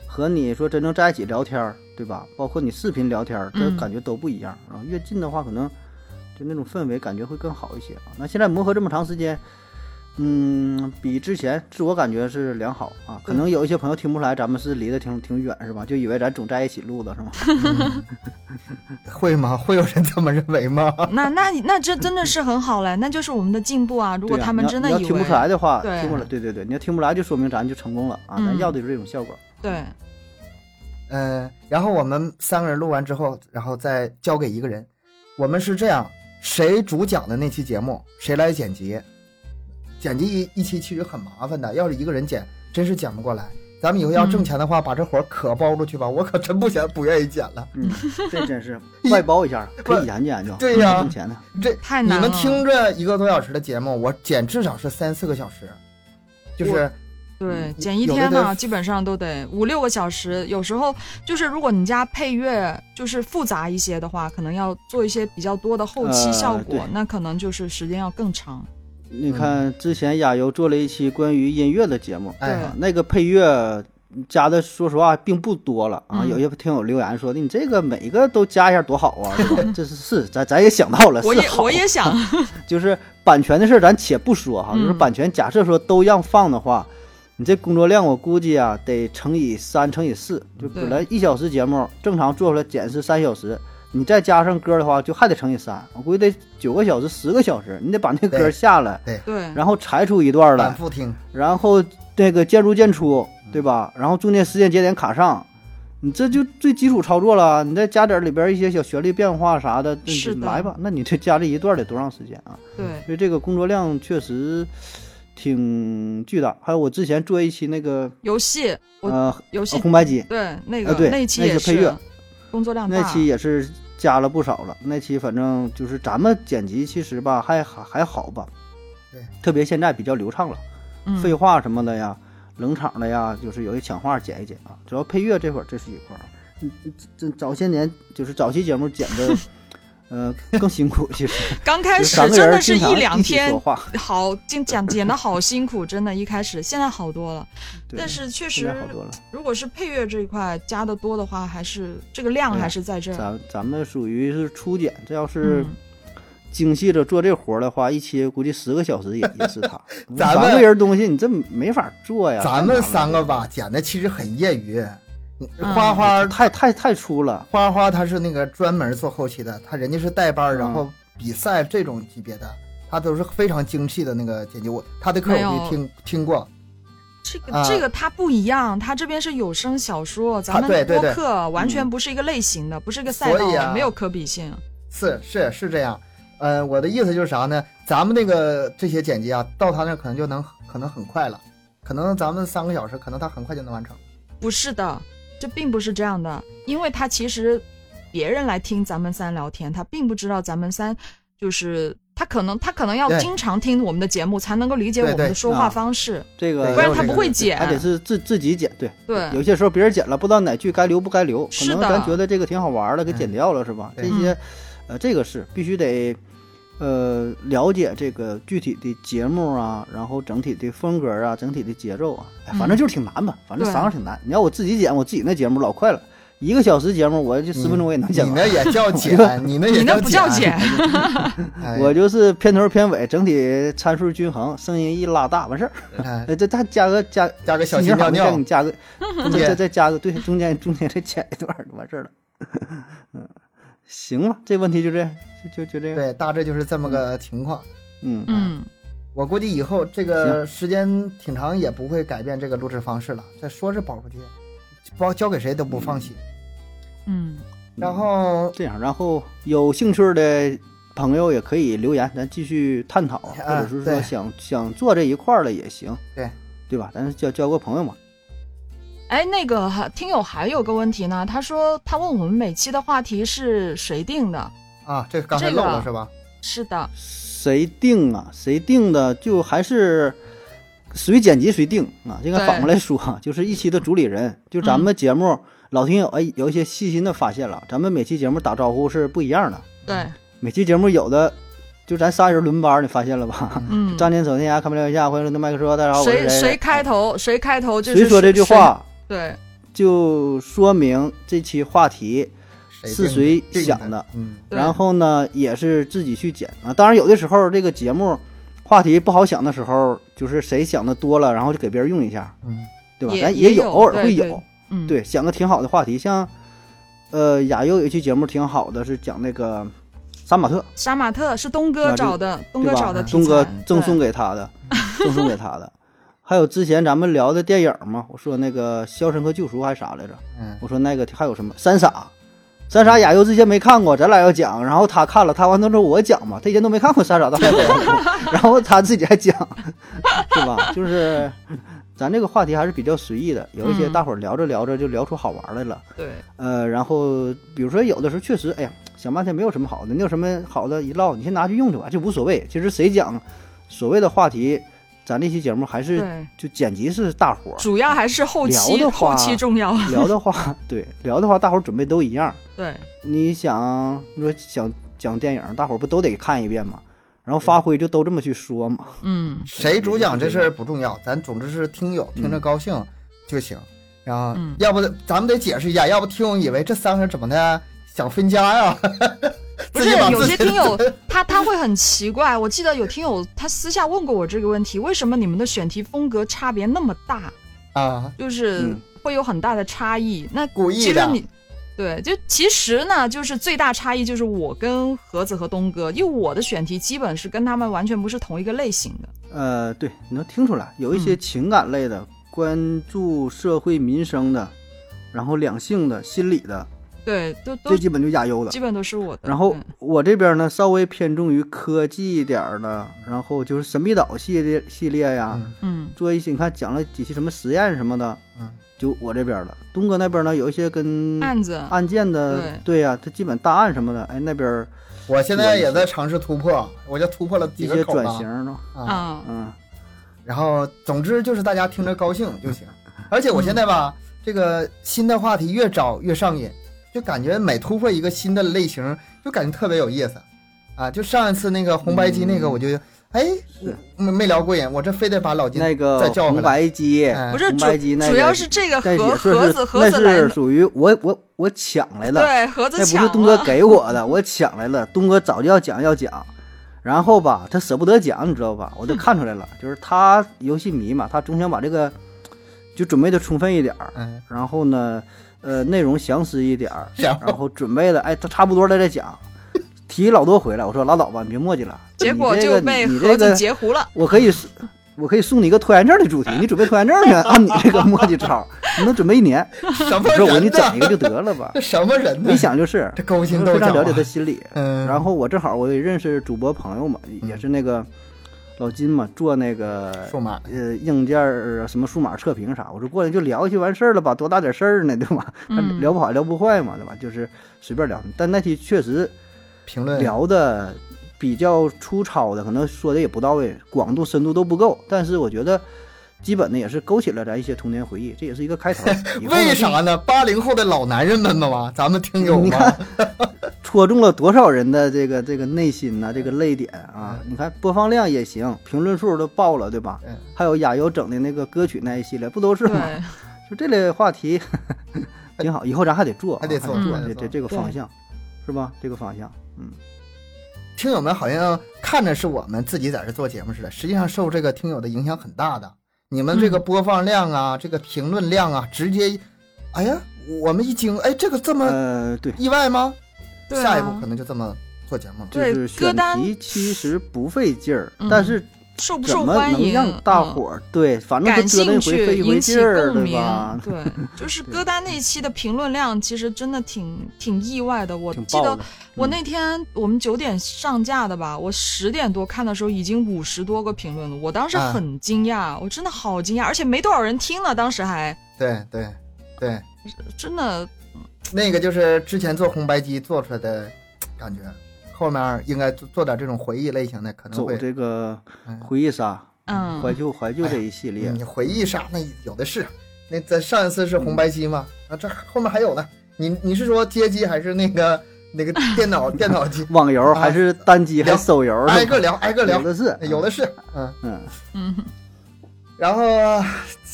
C: 和你说真正在一起聊天儿，对吧？包括你视频聊天儿，这
B: 嗯
C: 感觉都不一样。然后越近的话，可能就那种氛围感觉会更好一些啊。那现在磨合这么长时间。嗯，比之前自我感觉是良好啊，可能有一些朋友听不出来，咱们是离得挺挺远是吧？就以为咱总在一起录的是吗？
A: 会吗？会有人这么认为吗？
C: 啊
B: 那那你那这真的是很好嘞，那就是我们的进步啊！如果
C: 嗯对呀
B: 他们
C: 你要
B: 真的
C: 你
B: 以
C: 要听
B: 为
C: 不出来的话，
B: 对
C: 听不出来，对对对，你要听不出来就说明咱就成功了啊，咱
B: 嗯
C: 要的就是这种效 果。
B: 对，
A: 嗯，然后我们三个人录完之后，然后再交给一个人。我们是这样，谁主讲的那期节目，谁来剪辑，剪辑一一期其实很麻烦的，要是一个人剪，真是剪不过来。咱们以后要
B: 嗯
A: 挣钱的话，把这活儿可包出去吧，我可真不想不愿意剪了。
C: 嗯，这真是外包一下，可以研究研究，
A: 对呀
C: 挣钱呢。
A: 这
B: 太
A: 你
B: 难了。
A: 们听着一个多小时的节目，我剪至少是三四个小时，就是
B: 对，
A: 嗯
B: 剪一
A: 有的
B: 天
A: 得
B: 呢，基本上都得五六个小时。有时候就是，如果你家配乐就是复杂一些的话，可能要做一些比较多的后期
C: 呃
B: 效果，
C: 对
B: 那可能就是时间要更长。
C: 你看
B: 嗯
C: 之前亚游做了一期关于音乐的节目，
A: 哎
B: 对
A: 呀，
C: 那个配乐加的，说实话并不多了啊。
B: 嗯
C: 有些听友留言说的，你这个每个都加一下多好啊，对吧这是是，咱咱也想到了，
B: 我
C: 呃是
B: 也
C: 好
B: 我，也 想，
C: 就是版权的事儿咱且不说哈，
B: 嗯
C: 就是版权，假设说都让放的话。你这工作量，我估计啊，得乘以三，乘以四。就
B: 对
C: 本来一小时节目，正常做出来减是三小时，你再加上歌的话，就还得乘以三。我估计得九个小时、十个小时，你得把那歌
A: 对
C: 下来，
B: 对，
C: 然后裁出一段来
A: 反，复听。
C: 然后这个渐入渐出，对吧？然后中间时间节点卡上，你这就最基础操作了。你再加点里边一些小旋律变化啥的，那
B: 是
C: 你
B: 的
C: 来吧。那你这加这一段得多长时间啊？
B: 对，
C: 所以这个工作量确实挺巨大。还有我之前做一期那个
B: 游戏我
C: 呃
B: 游戏
C: 红白机，
B: 对那
C: 啊
B: 个
C: 对
B: 那一期
C: 那
B: 也
C: 是配乐
B: 工作量大，
C: 那期也是加了不少了。那期反正就是咱们剪辑其实吧还还还好吧
A: 对，
C: 特别现在比较流畅了。
B: 嗯
C: 废话什么的呀，冷场的呀，就是有些抢话剪一剪啊。主要配乐这会儿这是一块儿，嗯，这这早些年就是早期节目剪 的，呃，更辛苦，其实
B: 刚开
C: 就
B: 始
C: 三个
B: 真
C: 人
B: 的是
C: 经常
B: 一两
C: 起
B: 天
C: 说话，
B: 好，剪剪剪的好辛苦，真的，一开始现在好多了，
C: 对
B: 但是确
C: 现
B: 实
C: 在好多了。
B: 如果是配乐这一块加的多的话，还是这个量
C: 对
B: 还是在这儿。
C: 咱咱们属于是初剪，这要是
B: 嗯，
C: 精细的做这活儿的话，一期估计十个小时也也是 他。
A: 咱们
C: 三个人东西你这没法做哎呀，
A: 咱们三
C: 个
A: 个吧，剪的其实很业余。
B: 嗯
A: 花花
C: 太太太粗了，
A: 花花她是那个专门做后期的，她人家是带班儿，
C: 嗯
A: 然后比赛这种级别的，她都是非常精细的那个剪辑。我她的课
B: 没有
A: 我去听听过，
B: 这个、
A: 啊
B: 这个它不一样，它这边是有声小说，
C: 啊
B: 咱
A: 对
B: 们
A: 对
B: 播
A: 对
B: 客完
C: 嗯
B: 全不是一个类型的，不是一个赛
A: 所
B: 道
A: 以
B: 的，
A: 啊
B: 没有可比性。
A: 是是是这样。呃，我的意思就是啥呢？咱们那个这些剪辑啊，到他那儿可能就能可能很快了，可能咱们三个小时，可能他很快就能完成。
B: 不是的，这并不是这样的，因为他其实别人来听咱们三聊天，他并不知道咱们三就是他可能他可能要
A: 对
B: 经常听我们的节目才能够理解我
A: 对
B: 们的
A: 对
B: 说话
C: 啊
B: 方式，
C: 这个
A: 对
B: 不然
A: 有
B: 他
A: 这
B: 不
A: 个
B: 会剪。
C: 还得是自自己剪，对
B: 对
C: 有些时候别人剪了，不知道哪句该留不该留，可
B: 嗯是的嗯
C: 能咱觉得这个挺好玩的，给剪掉了是吧？这
A: 对
C: 些，呃，这个是必须得，呃，了解这个具体的节目啊，然后整体的风格啊，整体的节奏啊，哎反正就是挺难吧，反正
B: 嗯对
C: 三个挺难。你要我自己剪，我自己那节目老快了，一个小时节目我就十分钟我也能剪
A: 你
C: 完。
A: 那也叫剪， 你那
B: 你
A: 也
B: 那不
C: 啊
B: 叫
A: 剪
B: 剪，，
A: 哎
C: 我就是片头片尾整体参数均衡，声音一拉大完事儿。
A: 哎
C: 哎，这再加个加
A: 加个小
C: 心
A: 心尿尿
C: 再给你 加个，
A: 中间
C: 再再加个，对，中间中间再剪一段就完事儿了。嗯，行吧，这问题就这样，就就就这样。
A: 对，大致就是这么个情况。
C: 嗯，
B: 嗯，
A: 我估计以后这个时间挺长，也不会改变这个录制方式了。这说是保出去，包交给谁都不放心。
B: 嗯，
A: 然后，
C: 这样，然后有兴趣的朋友也可以留言，咱继续探讨，或
A: 啊
C: 者是说
A: 对
C: 想想做这一块儿的也行，
A: 对
C: 对吧？咱交交个朋友嘛，
B: 哎，那个还听友还有个问题呢，他说他问我们每期的话题是谁定的？
A: 啊，这个刚才漏了是吧？
B: 是的，
C: 谁定啊？谁定的就还是谁剪辑谁定啊？应该
B: 对嗯
C: 反过来 说啊，就是一期的主理人，就咱们节目、老听友哎有一些细心的发现了，咱们每期节目打招呼是不一样的，
B: 对，
C: 每期节目有的就咱仨人轮班儿，你发现了吧？
B: 嗯，
C: 张天走天涯，开门聊一下，欢迎来到麦克说，大家好，我
B: 谁
C: 是
B: 谁开头，谁开头就是
C: 嗯谁说这句
B: 谁，
C: 话，
B: 对，
C: 就说明这期话题
A: 哎
C: 是谁
A: 定的
C: 想的。
A: 嗯，
B: 对
C: 然后呢，也是自己去剪啊。当然，有的时候这个节目话题不好想的时候，就是谁想的多了，然后就给别人用一下，
A: 嗯，
C: 对吧？
B: 也
C: 咱
B: 也
C: 有
B: 有
C: 偶尔
B: 对
C: 会
B: 对
C: 有，
B: 嗯，
C: 对，想个挺好的话题，像呃亚优有一期节目挺好的，是讲那个杀马特，
B: 杀马特是东
C: 对
B: 哥
C: 吧
B: 找的，东
C: 对
B: 哥
C: 吧？嗯
B: 找的题材，
C: 东哥赠送
B: 对
C: 给 他的，赠送给他的。还有之前咱们聊的电影嘛，我说那个《肖申克救赎》还是啥来着？
A: 嗯，
C: 我说那个还有什么三傻，三傻亚优之前没看过，咱俩要讲，然后他看了，他完他说我讲嘛，他以前都没看过三傻，到现在没看过， 然后他自己还讲，是吧？就是咱这个话题还是比较随意的，有一些
B: 嗯
C: 大伙儿聊着聊着就聊出好玩儿来了。
B: 对，
C: 呃，然后比如说有的时候确实，哎呀，想半天没有什么好的，你有什么好的一唠，你先拿去用去吧，这无所谓。其实谁讲所谓的话题，咱这期节目还是
B: 对，
C: 就剪辑是大伙儿
B: 主要还是后
C: 聊
B: 期
C: 的话
B: 后期重 要。
C: 聊的话，对聊的话，大伙儿准备都一样。
B: 对，
C: 你想，你说想讲电影，大伙儿不都得看一遍吗？然后发挥就都这么去说嘛。
B: 嗯，
A: 谁主讲这事儿不重要，咱总之是听友听着高兴就行。然后
B: 嗯，
A: 要不咱们得解释一下，要不听友以为这三个人怎么的想分家呀？
B: 不
A: 自
B: 是
A: 己把
B: 有
A: 自
B: 些
A: 己
B: 听 友他他会很奇怪，我记得有听友他私下问过我这个问题，为什么你们的选题风格差别那么大？
A: 啊，
B: 就是
C: 嗯
B: 会有很大的差异。那
A: 故意
B: 其实
A: 的
B: 你，对，就其实呢，就是最大差异就是我跟盒子和东哥，因为我的选题基本是跟他们完全不是同一个类型的。
C: 呃，对，你能听出来，有一些
B: 嗯
C: 情感类的，关注社会民生的，然后两性的、心理的，
B: 对，都都
C: 这基本就亚优了
B: 基。本都嗯是我的。
C: 然后
B: 对
C: 我这边呢，稍微偏重于科技点儿的，然后就是神秘岛系列系列呀，
A: 嗯
B: 嗯，
C: 做一些你看讲了几期什么实验什么的，
A: 嗯，
C: 就我这边了。东哥那边呢，有一些跟
B: 案子
C: 案件的
B: 啊对，
C: 对呀、他基本大案什么的，哎，那边儿
A: 我现在也在尝试突破，我就突破了
C: 一
A: 几
C: 些
A: 个口
C: 转
A: 了
C: 型呢，
A: 啊。
B: 啊，
C: 嗯，
A: 然后，总之就是大家听着高兴就行。而且我现在吧，
C: 嗯
A: 这个新的话题越找越上瘾，就感觉每突破一个新的类型，就感觉特别有意思啊！就上一次那个红白机那个，
C: 嗯
A: 我就、哎
C: 是
A: 没没聊过瘾，我这非得把老金
C: 那个
A: 再叫回
C: 红
A: 来。
C: 白机，
A: 哎
B: 不是
C: 红
B: 主
C: 白机那个
B: 主要是这个
C: 但也
B: 盒
C: 说
B: 盒
C: 是
B: 子盒子来
C: 那是
B: 的，
C: 属于我我我抢来的，
B: 对盒子
C: 那不
B: 抢
C: 是东哥
B: 了
C: 给我的，我抢来了。东哥早就要讲要讲，然后吧，他舍不得讲，你知道吧？我就看出来了，就是他游戏迷嘛，他总想把这个就准备的充分一点儿，
A: 嗯，
C: 然后呢，呃，内容详实一点儿，
A: 然后
C: 然后准备的，哎，他差不多了再讲。提老多回来，我说拉倒吧，你别墨迹了。
B: 结果
C: 你这
B: 就
C: 个
B: 被
C: 你
B: 盒
C: 这
B: 子
C: 个
B: 截胡 了。
C: 我可以是，我可以送你一个拖延症的主题，你准备拖延症呢？按你这个墨迹招儿，你能准备一年？
A: 什
C: 我
A: 么
C: 说我给
A: 人
C: 你整一
A: 呢？
C: 个就得了吧。
A: 这什么人呢？
C: 没想就是，
A: 这勾心斗
C: 非
A: 角、
C: 常了
A: 啊
C: 解。他心理。
A: 嗯，
C: 然后我正好我也认识主播朋友嘛，也是那个老金嘛，做那个
A: 数码
C: 呃硬件儿啊什么数码测评啥，我说过来就聊一去完事儿了吧，多大点事儿呢，对吧？
B: 嗯
C: 聊不好聊不坏嘛，对吧？就是随便聊。但那期确实
A: 评论
C: 聊的比较粗糙的，可能说的也不到位，广度深度都不够。但是我觉得基本呢也是勾起了咱一些童年回忆，这也是一个 开头。以后呢
A: 为啥呢？八零后的老男人们嘛，咱们听友
C: 你
A: 嘛，
C: 看，戳中了多少人的这个这个内心呐、这个泪点啊！你看播放量也行，评论数都爆了，对吧？
A: 嗯
C: 还有亚优整的那个歌曲那一系列，不都是吗？
B: 对，
C: 就这类 话题挺好，以后咱还得做啊，
A: 还得做
C: 做
B: 还
A: 得
C: 这
A: 做
C: 这这个方向，是吧？这个方向，嗯，
A: 听友们好像看着是我们自己在这做节目似的，实际上受这个听友的影响很大的。你们这个
B: 嗯
A: 播放量啊，这个评论量啊，直接，哎呀，我们一惊，哎，这个这么
C: 呃，对，
A: 意外吗？
B: 对啊
A: 下一步可能就这么做节目了。
B: 对
C: 就是
B: 歌
C: 选
B: 单
C: 题其实不费劲儿，
B: 嗯
C: 但是
B: 受不
C: 怎
B: 受
C: 么
B: 欢
C: 能
B: 迎？
C: 让大
B: 嗯
C: 伙儿对，反正
B: 感
C: 都折腾
B: 兴
C: 一
B: 趣，
C: 回费一回
B: 引起
C: 劲儿，
B: 共
C: 对
B: 鸣
C: 吧，？
B: 对，就是
C: 对
B: 歌单那期的评论量，其实真的挺挺意外的。我
C: 挺
B: 记
C: 爆
B: 得
C: 的。嗯
B: 我那天我们九点上架的吧，我十点多看的时候已经五十多个评论了，我当时
A: 啊
B: 很惊讶，我真的好惊讶，而且没多少人听了，当时还
A: 对对对，
B: 真的
A: 那个就是之前做红白机做出来的感觉，后面应该做做点这种回忆类型的，可能
C: 走
A: 会
C: 这个
A: 嗯
C: 回忆杀、
B: 嗯
C: 怀旧怀旧这一系列，
A: 你回忆杀那有的是，那咱上一次是
C: 嗯
A: 红白机嘛，啊，这后面还有呢。你你是说街机还是那个那个电 脑电脑机？
C: 网游
A: 啊
C: 还是单机还
A: 聊
C: 是手游，
A: 挨个聊，挨个聊
C: 有，的是，
A: 有的是，嗯。
C: 嗯，
B: 嗯
A: 然后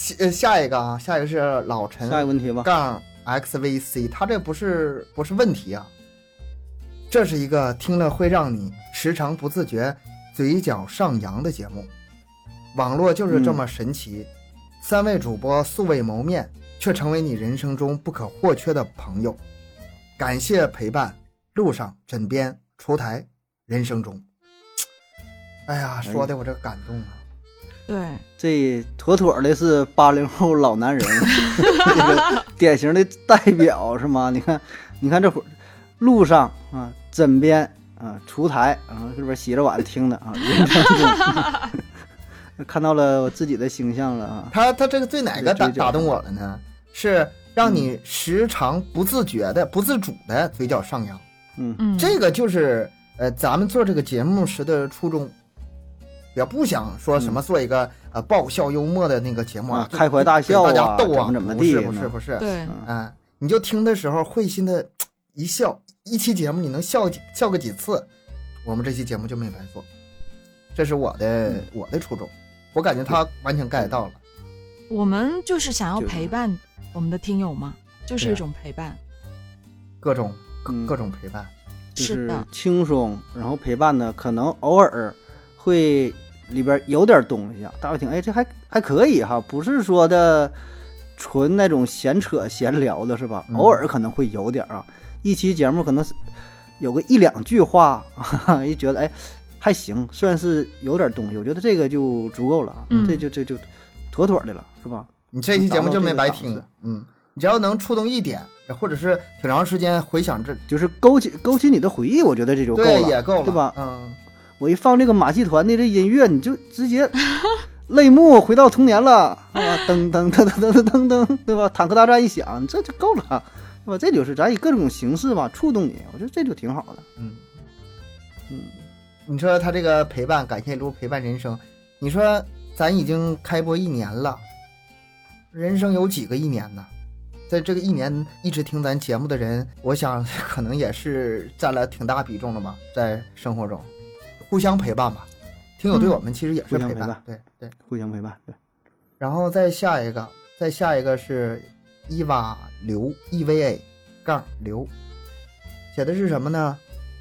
A: 下呃下一个啊，下一个是老陈
C: 下一个问题吧，
A: 杠 xvc，他这不是不是问题啊，这是一个听了会让你时常不自觉嘴角上扬的节目。网络就是这么神奇，三位主播素未谋面，却成为你人生中不可或缺的朋友。感谢陪伴，路上、枕边、厨台、人生中。哎呀，说的我这感动啊！
B: 对
C: 这妥妥的是八零后老男人， 这个典型的代表是吗？你看，你看这会儿路上啊，枕边啊，厨台啊，这边洗着碗听的啊，认真的 看到了我自己的形象了啊。
A: 他他这个最哪个打
C: 嘴角
A: 打动我了呢？是让你时常不自觉的、不自主的嘴角上扬。
C: 嗯
B: 嗯，
A: 这个就是呃，咱们做这个节目时的初衷，也不想说什么做一个、呃爆笑幽默的那个节目
C: 嗯啊
A: 啊，，
C: 开怀大
A: 给大
C: 笑啊，
A: 家
C: 怎
A: 逗啊，
C: 么怎么
A: 不
C: 地
A: 是
C: 呢，
A: 不是不是，
B: 对
C: 嗯，
A: 啊，你就听的时候会心的一笑，一期节目你能笑几笑个几次，我们这期节目就没白做，这是我的、
C: 嗯
A: 我的初衷，我感觉他完全 get 到了，
B: 我们就是想要
C: 就是
B: 陪伴我们的听友嘛，就是
A: 对
B: 一
A: 啊
B: 种陪伴。
A: 各种各
C: 嗯
A: 各种陪伴，
C: 就是是
B: 的，
C: 轻松，然后陪伴呢，可能偶尔会里边有点东西啊。大家听，哎，这还还可以哈，不是说的纯那种闲扯闲聊的，是吧？
A: 嗯
C: 偶尔可能会有点啊，一期节目可能是有个一两句话， 哈哈，一觉得哎还行，算是有点东西。我觉得这个就足够了啊，
B: 嗯
C: 这就这就妥妥的了，是吧？
A: 你这期节目就没白
C: 达到这个
A: 听
C: 档，
A: 嗯，你只要能触动一点，或者是挺长时间回想这，
C: 就是勾起勾起你的回忆，我觉得这就够
A: 对，
C: 了，
A: 也够了，
C: 对吧？
A: 嗯，
C: 我一放这个马戏团的这音乐，你就直接泪目回到童年了啊！噔噔噔噔噔噔噔噔，对吧？坦克大战一响，这就够了，对吧？这就是咱以各种形式吧触动你，我觉得这就挺好的。
A: 嗯，
C: 嗯，
A: 你说他这个陪伴，感谢一路陪伴人生。你说咱已经开播一年了，人生有几个一年呢？在这个一年一直听咱节目的人，我想 可能也是占了挺大比重了吧，在生活中，互相陪伴吧。听友对我们其实也是
C: 嗯互相
A: 陪
C: 陪
A: 伴，
C: 伴
A: 对对。
C: 互相陪伴，对，
A: 然后再下一个，再下一个是伊娃刘 EVA 杠刘，写的是什么呢？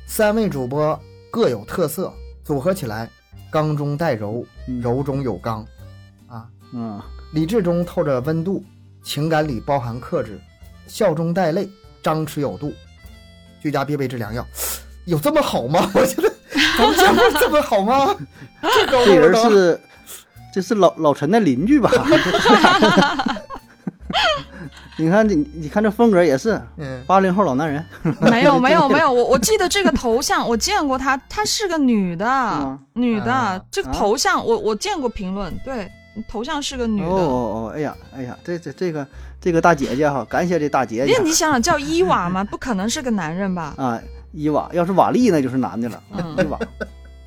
A: 三位主播各有特色，组合起来，刚中带柔，
C: 嗯
A: 柔中有刚，啊，
C: 嗯，
A: 理智中透着温度，情感里包含克制，笑中带泪，张弛有度，居家必备之良药。有这么好吗？ 我觉得咱们节目这么好吗？ 这高
C: 这
A: 度
C: 人
A: 呢
C: 是这是老老陈的邻 居吧？ 你看你你看这风格也是
A: 嗯，
C: 八零后老男人，
B: 没有没有没有，我我记得这个头像， 我见过她，她是个女的
C: 吗，
B: 女
A: 啊
B: 的，这个头像我我见过评论，对，头像是个女
C: 哦
B: 的。
C: 哦哦，哎呀哎呀，这这这个这个大姐姐哈，感谢这大姐姐
B: 哎那。你想想，叫伊 娃吗？不可能是个男人吧？
C: 啊，伊娃，要是瓦力那就是男的了，
B: 嗯
C: 伊娃。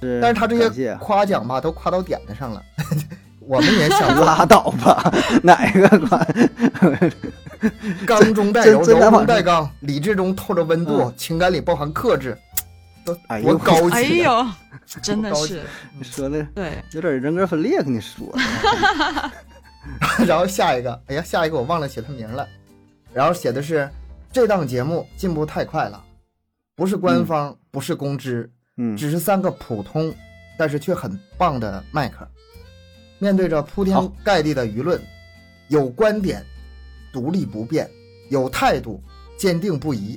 A: 但
C: 但
A: 是他这些夸奖吧，都夸到点子上了。 我们也想 做
C: 拉倒吧，哪个管？
A: 刚中带柔，
C: 真真
A: 柔
C: 的吗
A: 中带刚，理智中透着温度，情感里包含克制，都
C: 嗯哎呦
A: 多高
B: 哎
A: 级啊！
B: 呦，真的
A: 高级
B: 是
C: 说的
B: 对，
C: 有点人格分裂，跟你说的。
A: 然后下一个，哎呀，下一个我忘了写他名了，然后写的是这档节目进步太快了，不是官方，不是公知，
C: 嗯，
A: 只是三个普通，但是却很棒的麦克，面对着铺天
C: 好
A: 盖地的舆论，有观点，独立不变，有态度，坚定不移。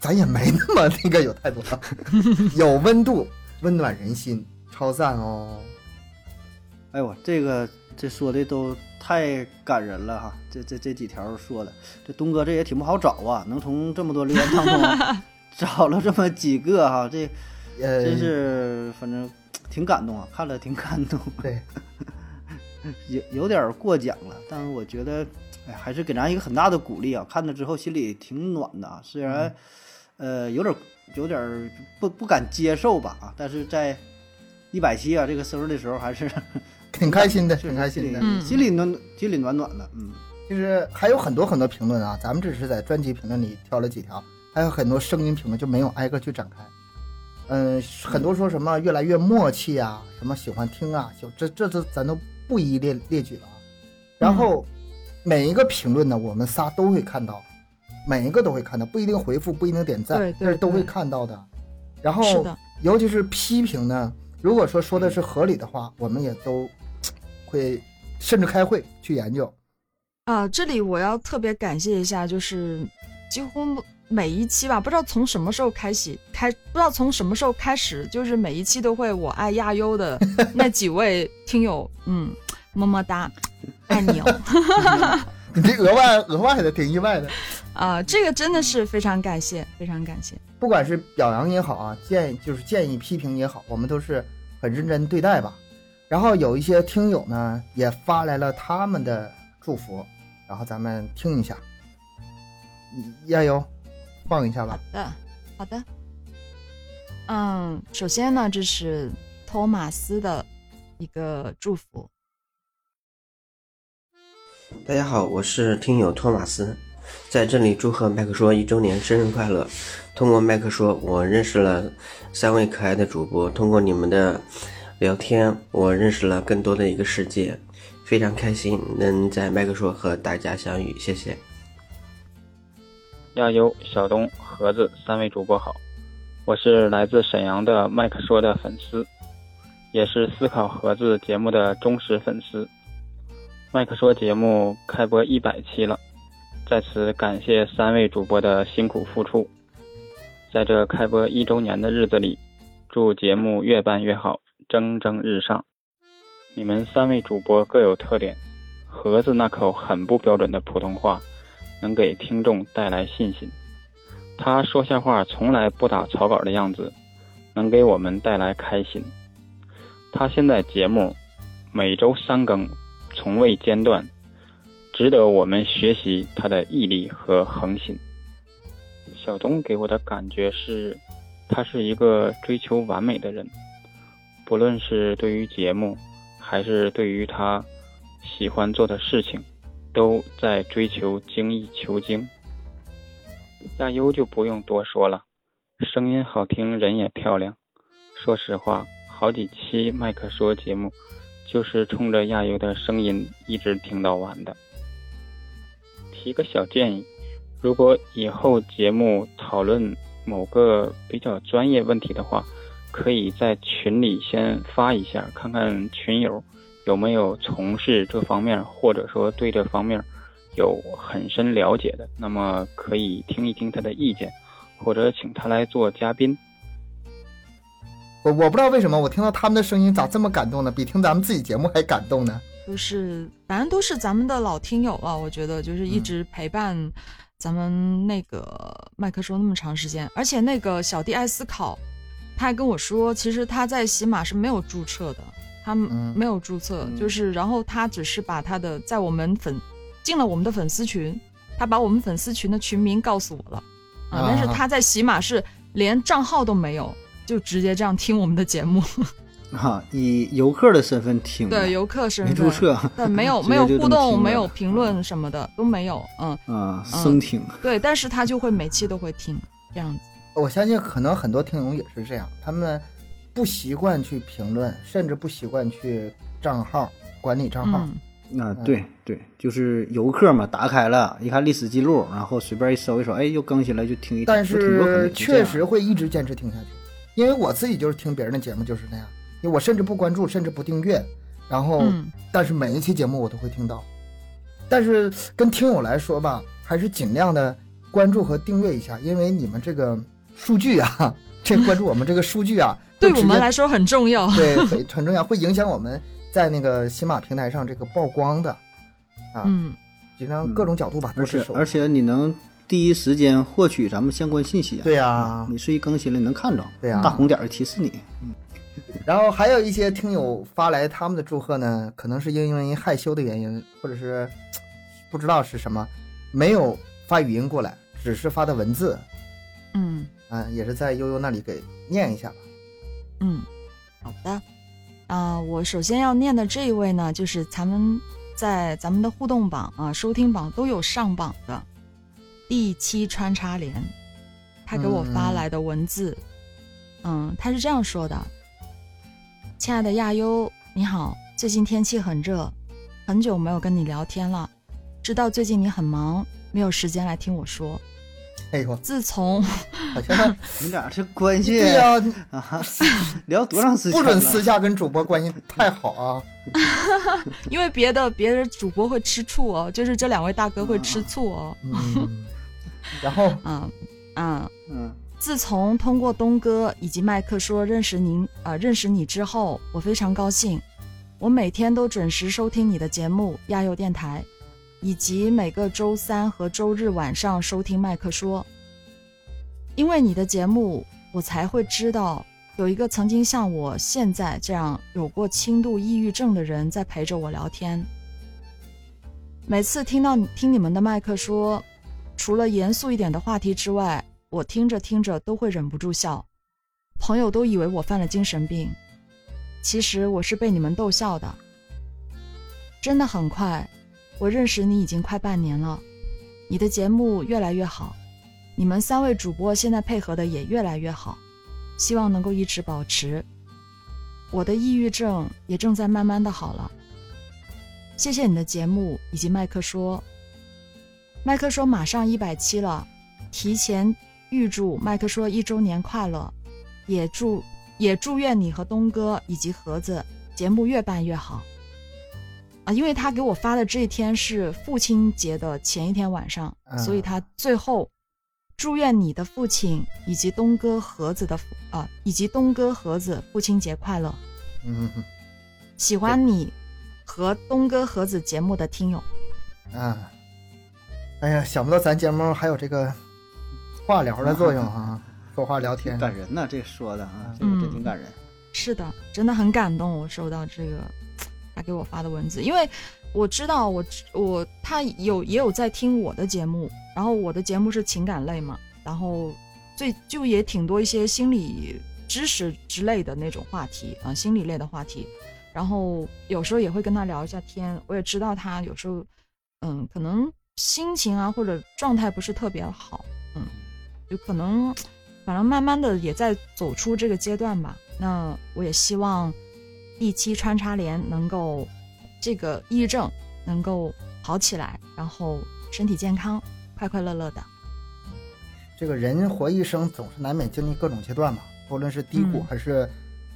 A: 咱也没那么那个有态度 了，有温度，温暖人心，超赞哦！
C: 哎呦，这个这说的都太感人了哈！这这这几条说的，这东哥这也挺不好找啊，能从这么多留言当中找了这么几个哈，这
A: 呃，
C: 真是反正挺感动啊，看了挺 感动。
A: 对，
C: 有有点儿过奖了，但是我觉得，哎，还是给咱一个很大的鼓励啊！看了之后心里挺暖的啊，虽然，呃，有点儿有点儿不不敢接受吧啊，但是在一百期啊这个生日的时候，还是
A: 挺开心的，
C: 确
A: 挺
C: 实
A: 开心的。
B: 嗯
C: 心里暖心里暖暖的，嗯，
A: 就是还有很多很多评论啊，咱们只是在专辑评论里挑了几条，还有很多声音评论就没有挨个去展开。嗯，很多说什么越来越默契啊，什么喜欢听啊，就这这这咱都不一一列列举了啊。然后每一个评论呢，我们仨都会看到，每一个都会看到，不一定回复，不一定点赞
B: 对，
A: 但是
B: 对
A: 都会
B: 对
A: 看到的。然后
B: 是的，
A: 尤其是批评呢，如果说说的是合理的话，我们也都会甚至开会去研究。
B: 啊，这里我要特别感谢一下，就是几乎每一期吧，不知道从什么时候开始开，不知道从什么时候开始，就是每一期都会我爱亚优的那几位听友，嗯，么么哒，爱你哦，
A: 你这额外额外的挺意外的。
B: 啊，这个真的是非常感谢，非常感谢。
A: 不管是表扬也好啊，建就是建议批评也好，我们都是很认真对待吧。然后有一些听友呢也发来了他们的祝福，然后咱们听一下，加油，放一下吧
B: 好。的，好的。嗯，首先呢，这是托马斯的一个祝福。
D: 大家好，我是听友托马斯，在这里祝贺麦克说一周年生日快乐。通过麦克说，我认识了三位可爱的主播，通过你们的聊天，我认识了更多的一个世界，非常开心能在麦克说和大家相遇，谢谢。
E: 亚优、小东、盒子三位主播好，我是来自沈阳的麦克说的粉丝，也是思考盒子节目的忠实粉丝。麦克说节目开播一百期了，在此感谢三位主播的辛苦付出。在这开播一周年的日子里，祝节目越办越好，蒸蒸日上。你们三位主播各有特点，盒子那口很不标准的普通话。能给听众带来信心。他说瞎话从来不打草稿的样子，能给我们带来开心。他现在节目每周三更，从未间断，值得我们学习他的毅力和恒心。小东给我的感觉是，他是一个追求完美的人，不论是对于节目，还是对于他喜欢做的事情。都在追求精益求精。亚优就不用多说了，声音好听，人也漂亮。说实话，好几期麦克说节目，就是冲着亚优的声音一直听到完的。提个小建议，如果以后节目讨论某个比较专业问题的话，可以在群里先发一下，看看群友。有没有从事这方面，或者说对这方面有很深了解的，那么可以听一听他的意见，或者请他来做嘉宾。
A: 我我不知道为什么，我听到他们的声音咋这么感动呢？比听咱们自己节目还感动呢。
B: 就是反正都是咱们的老听友了，我觉得就是一直陪伴咱们那个麦克说那么长时间，而且那个小弟爱思考，他还跟我说，其实他在喜马是没有注册的，他
A: 嗯
B: 没有注册，就是然后他只是把他的在我们粉进了我们的粉丝群，他把我们粉丝群的群名告诉我了啊，但是
A: 啊
B: 他在喜马是连账号都没有，就直接这样听我们的节目，
C: 啊，以游客的身份听，
B: 对游客身
C: 没
B: 份
C: 注册，
B: 对，没有
C: 直
B: 没
C: 接
B: 有
C: 就这
B: 互
C: 么听
B: 动，
C: 了
B: 没有评论什么的都没有，嗯，
C: 啊，生听，
B: 对，但是他就会每期都会听这样子，
A: 我相信可能很多听友也是这样，他们不习惯去评论，甚至不习惯去账号管理账号。
B: 嗯，
C: 啊，对对，就是游客嘛，打开了一看历史记录，然后随便一搜一搜，哎，又更新了，就听一听。
A: 但
C: 就挺多可能
A: 是
C: 就这
A: 确
C: 样
A: 实会一直坚持听下去，因为我自己就是听别人的节目就是那样，因为我甚至不关注，甚至不订阅，然后、
B: 嗯
A: 但是每一期节目我都会听到。但是跟听友来说吧，还是尽量的关注和订阅一下，因为你们这个数据啊， 这关注我们这个数 据啊，
B: 对
A: 会直
B: 我们
A: 接
B: 来说很重
C: 啊
B: 要，
A: 对，很很重要，会影响我们在那个新马平台上这个曝光的，啊
B: 嗯，
A: 尽量各种角度吧，都
C: 而
A: 是
C: 且
A: 手。
C: 而且你能第一时间获取咱们相关信息啊。
A: 对啊呀
C: 你是一更新了，你能看着，
A: 对呀
C: 大红点儿 提示你。
A: 然后还有一些听友发来他们的祝贺呢，可能是因为害羞的原因，或者是不知道是什么，没有发语音过来，只是发的文字，
B: 嗯
A: 啊，也是在悠悠那里给念一下吧。
B: 嗯，好的，啊、我首先要念的这一位呢，就是咱们在咱们的互动榜啊、收听榜都有上榜的第七穿插连，他给我发来的文字，嗯，他是这样说的：“亲爱的亚优，你好，最近天气很热，很久没有跟你聊天了，知道最近你很忙，没有时间来听我说。
A: 哎呦，
B: 自从
A: 好像
C: 你俩这关系
A: 对呀、
C: 啊 哈，聊多长时间
A: 不
C: 了？
A: 准私下跟主播关系太好啊。
B: 因为别的别的主播会吃醋哦，就是这两位大哥会吃醋哦。
A: 嗯， 然后
B: 啊啊！
C: 嗯，
B: 自从通过东哥以及麦克说认识您啊、认识你之后，我非常高兴。我每天都准时收听你的节目《亚优电台》，以及每个周三和周日晚上收听麦克说。因为你的节目，我才会知道有一个曾经像我现在这样有过轻度抑郁症的人在陪着我聊天。每次听到你听你们的麦克说，除了严肃一点的话题之外，我听着听着都会忍不住笑，朋友都以为我犯了精神病，其实我是被你们逗笑的。真的很快，我认识你已经快半年了，你的节目越来越好，你们三位主播现在配合的也越来越好，希望能够一直保持。我的抑郁症也正在慢慢的好了。谢谢你的节目以及麦克说。麦克说马上一百期了，提前预祝麦克说一周年快乐，也祝也祝愿你和东哥以及盒子节目越办越好。啊，因为他给我发的这一天是父亲节的前一天晚上，
A: 嗯
B: 所以他最后祝愿你的父亲以及东哥盒子的父啊以及东哥盒子父亲节快乐。
A: 嗯嗯
B: 喜欢你和东哥盒子节目的听友，
A: 嗯啊，哎呀，想不到咱节目还有这个化疗的作用啊，说话聊天
C: 挺，感人呐、这说的啊，这个
A: 嗯
C: 真挺感人。
B: 是的，真的很感动。我收到这个他给我发的文字，因为我知道我我他有也有在听我的节目，然后我的节目是情感类嘛，然后最就也挺多一些心理知识之类的那种话题啊、心理类的话题。然后有时候也会跟他聊一下天，我也知道他有时候，嗯，可能心情啊或者状态不是特别好，嗯，就可能，反正慢慢的也在走出这个阶段吧。那我也希望第七穿插连能够这个抑郁症能够好起来，然后身体健康，快快乐乐的。
A: 这个人活一生总是难免经历各种阶段嘛，无论是低谷
B: 嗯
A: 还是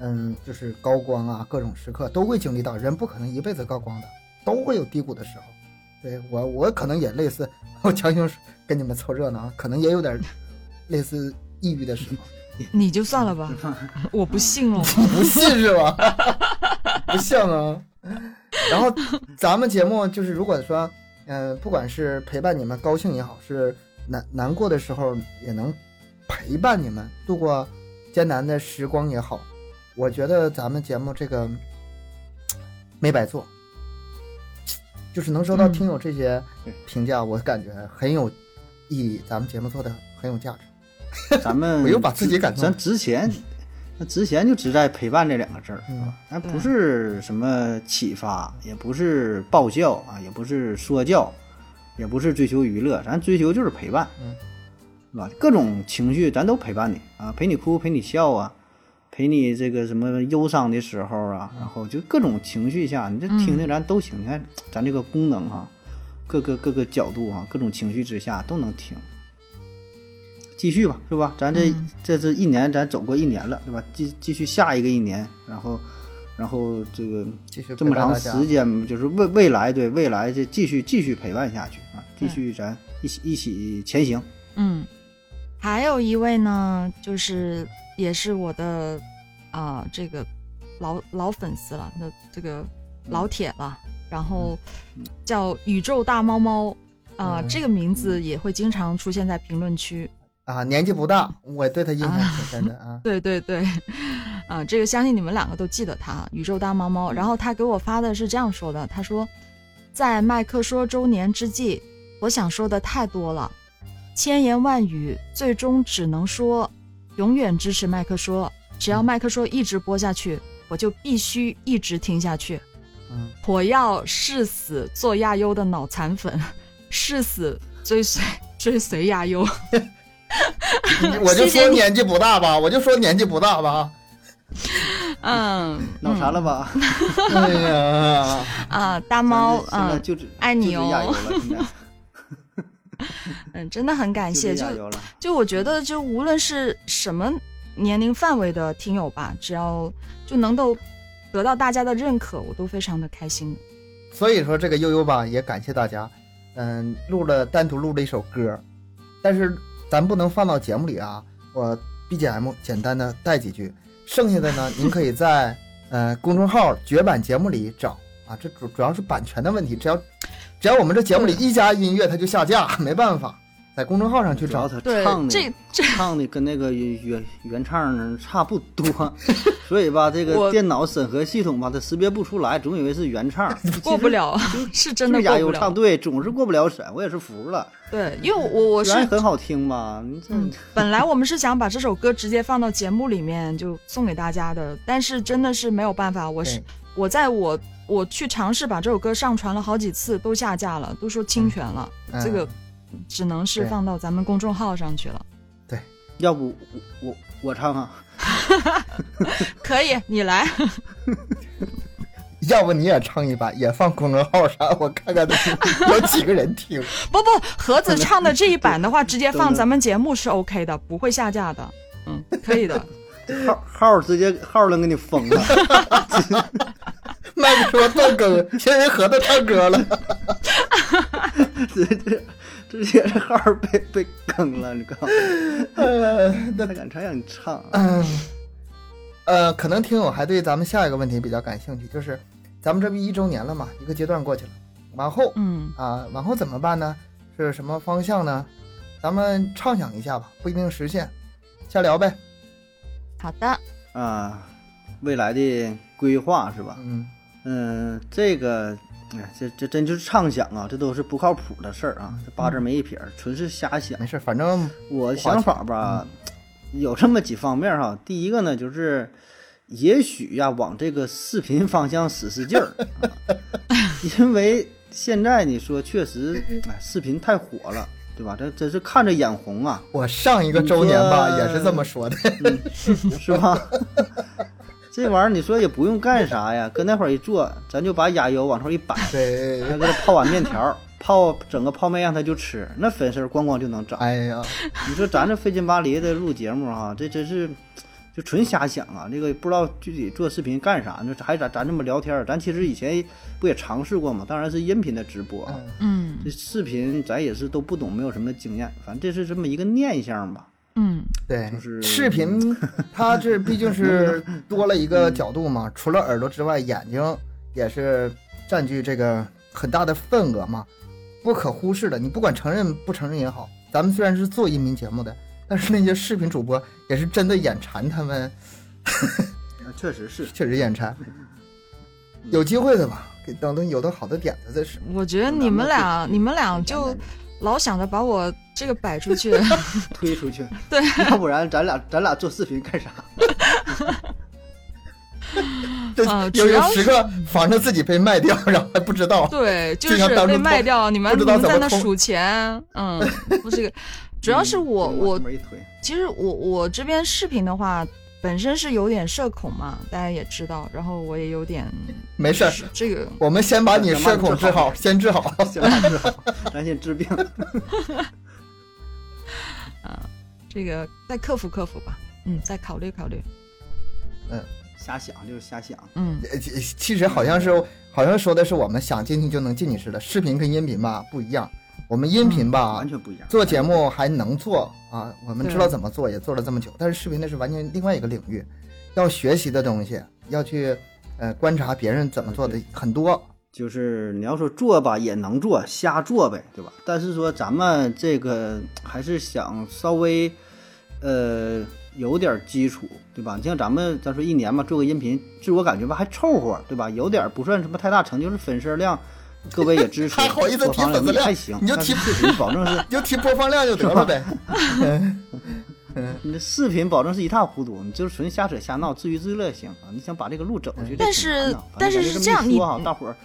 A: 嗯，就是高光啊，各种时刻都会经历到，人不可能一辈子高光的，都会有低谷的时候。对我，我可能也类似，我强行跟你们凑热闹啊，可能也有点类似抑郁的时候，
B: 你就算了吧，我不信了。
A: 不信是吧？ 不像啊。然后咱们节目就是，如果说，嗯、不管是陪伴你们高兴也好，是难难过的时候，也能陪伴你们度过艰难的时光也好，我觉得咱们节目这个嘖没白做，嘖就是能收到
B: 嗯
A: 听友这些
C: 对
A: 评价，我感觉很有意义，咱们节目做的很有价值。
C: 咱们
A: 我又把自己感动了
C: 咱值钱，那值钱就值在陪伴这两个字儿，
A: 嗯
C: 是吧？咱不是什么启发，也不是爆笑啊，也不是说教，也不是追求娱乐，咱追求就是陪伴，
A: 嗯，
C: 是吧？各种情绪咱都陪伴你啊，陪你哭，陪你笑啊。陪你这个什么忧伤的时候啊，然后就各种情绪下，你这听听咱都行。你看咱这个功能哈、各个各个角度啊，各种情绪之下都能听。继续吧，是吧？咱这、
B: 嗯
C: 这这一年，咱走过一年了，对吧？继继续下一个一年，然后，然后这个
A: 继续
C: 这么
A: 陪伴
C: 长
A: 大家
C: 时间，就是未未来对未来这继续继续陪伴下去啊，继续咱一起一起前行。
B: 嗯，还有一位呢，就是也是我的啊、这个老老粉丝了，那这个老铁了，然后叫宇宙大猫猫啊、
A: 嗯
B: 这个名字也会经常出现在评论区。
A: 啊，年纪不大，我对他印象挺深的啊。
B: 对对对， 啊、这个相信你们两个都记得他，啊宇宙大猫猫。然后他给我发的是这样说的，他说，在麦克说周年之际，我想说的太多了，千言万语，最终只能说，永远支持麦克说，只要麦克说一直播下去，我就必须一直听下去。
A: 嗯，
B: 我要誓死做亚优的脑残粉，誓死追随追随亚优。
A: 我就说
B: 谢谢你
A: 年纪不大吧，我就说年纪不大吧。
B: 嗯，
C: 脑残了吧？
A: 哎呀，
B: 啊，大 猫
C: 现
B: 啊
C: 在，就只
B: 爱你哦
C: 就只亚游了，现在
B: 嗯，真的很 感谢。
C: 就只
B: 就
C: 亚游了。
B: 就我觉得，就无论是什么年龄范围的听友吧，只要就能够得到大家的认可，我都非常的开心的。
A: 所以说这个悠悠吧，也感谢大家。嗯，录了单独录了一首歌，但是咱不能放到节目里啊。我 BGM 简单的带几句，剩下的呢，您可以 在呃公众号“绝版节目”里找啊。这主主要是版权的问题，只要只要我们这节目里一加音乐，它就下架，没办法，在公众号上去
C: 主要
A: 找。
C: 他
B: 对
C: 唱，的
B: 这这
C: 唱的跟那个原原唱差不 多，所以吧，这个
B: 我
C: 电脑审核系统吧，它识别不出来，总以为是原唱，
B: 过不了， 是真的
C: 就是牙
B: 过不
C: 优
B: 了
C: 唱。对，总是过不了审，我也是服了。
B: 对，因为我我是
C: 虽然很好听吧，你这
B: 嗯，本来我们是想把这首歌直接放到节目里面就送给大家的，但是真的是没有办法，我是
A: 对
B: 我在我我去尝试把这首歌上传了好几次，都下架了，都说侵权了，
A: 嗯
B: 这个只能是
A: 对
B: 放到咱们公众号上去了。
C: 要不我我我唱啊唱，
B: 可以，你来，
A: 要不你也唱一版，也放公众号上，我看看有几个人 听。
B: 不不，盒子唱的这一版的话，直接
C: 等
B: 放
C: 等
B: 咱们节目是 OK 的，不会下架的。嗯， 可以的。
C: 号 号直接号能给你封了。
A: 麦克说断更，新人盒子唱歌了。
C: 直接直接号儿被被坑了，你告诉我，还敢还想唱啊？
A: 嗯，呃，可能听友还对咱们下一个问题比较感兴趣，就是咱们这不一周年了嘛，一个阶段过去了，往后
B: 嗯，
A: 啊，往后怎么办呢？是什么方向呢？咱们畅想一下吧，不一定实现，瞎聊呗。
B: 好的，
C: 啊，未来的规划是吧？
A: 嗯，
C: 嗯，这个，哎，这这真就是畅想啊，这都是不靠谱的事儿啊，这八字没一撇儿，纯是瞎想。
A: 没事，反正
C: 我想法吧，有这么几方面哈。第一个呢，就是也许呀、往这个视频方向使使劲儿，啊因为现在你说确实，哎，视频太火了，对吧？这真是看着眼红啊，
A: 我上一个周年吧
C: 你说
A: 也是这么说的。
C: 是吧？ 这玩意儿你说也不用干啥呀，搁那块儿一坐，咱就把鸭油往上一摆，
A: 对，
C: 再给它泡碗面条儿，泡整个泡面让它就吃，那粉丝儿咣咣就能涨。
A: 哎呀，
C: 你说咱这费劲巴力的录节目哈、这真是就纯瞎想啊！这个不知道具体做视频干啥，那还咱咱这么聊天儿，咱其实以前不也尝试过吗？当然是音频的直播啊，
A: 嗯
B: 嗯
C: 这视频咱也是都不懂，没有什么经验，反正这是这么一个念想吧。
B: 嗯，
A: 对，
C: 就是
A: 视 频，它这毕竟是多了一个角度嘛，除了耳朵之外，眼睛也是占据这个很大的份额嘛，不可忽视的。你不管承认不承认也好，咱们虽然是做音频节目的，但是那些视频主播也是真的眼馋，他们
C: 啊确实是，
A: 确实眼馋。有机会的吧，给等等有的好的点子再说。
B: 我觉得你们俩，你们俩就老想着把我这个摆出去。
C: 推出去，
B: 对，
C: 要不然咱俩咱俩做视频干啥？
A: 这
B: 啊
A: 有
B: 主
A: 有
B: 要
A: 时刻防着自己被卖掉，然后还不知道。
B: 对，就
A: 经
B: 是
A: 常当
B: 被
A: 成
B: 卖
A: 偷
B: 掉，你们
A: 不
B: 你
A: 知道
B: 们
A: 怎
B: 在
A: 么
B: 那
A: 偷
B: 数钱，嗯，不是这个，主要是我
C: 嗯
B: 我
C: 往这边一推，
B: 其实我我这边视频的话，本身是有点社恐嘛，大家也知道，然后我也有点
A: 没事儿，
B: 是这个，
A: 我们先把你社恐治好，先治好。
C: 行吧治好， 咱先治病。
B: 这个再克服克服吧，嗯，再考虑考虑，
C: 瞎想就是瞎想，
B: 嗯，
A: 呃其其实好像是，好像说的是我们想进去就能进去似的。视频跟音频吧不一样，我们音频吧
C: 嗯完、全不一样。
A: 做节目还能做啊，我们
B: 对
A: 知道怎么做，也做了这么久。但是视频那是完全另外一个领域，要学习的东西，要去呃观察别人怎么做的很多。
C: 就是你要说做吧，也能做，瞎做呗，对吧？但是说咱们这个还是想稍微，呃，有点基础，对吧？你像咱们咱说一年嘛，做个音频，自我感觉吧还凑合，对吧？有点不算什么太大成就，就是粉丝量，各位也支持，
A: 还好意思提
C: 播放
A: 粉丝量
C: 也还行，
A: 你就
C: 但
A: 提
C: 是视频保证是，
A: 你就提播放量就得了呗。
C: 你的视频保证是一塌糊涂，你就是纯瞎扯瞎闹，自娱自乐也行啊。你想把这个路整过去，这
B: 但
C: 挺
B: 是
C: 难的
B: 但是
C: 反正
B: 是
C: 咱就
B: 这样
C: 么一
B: 你
C: 说哈，大伙儿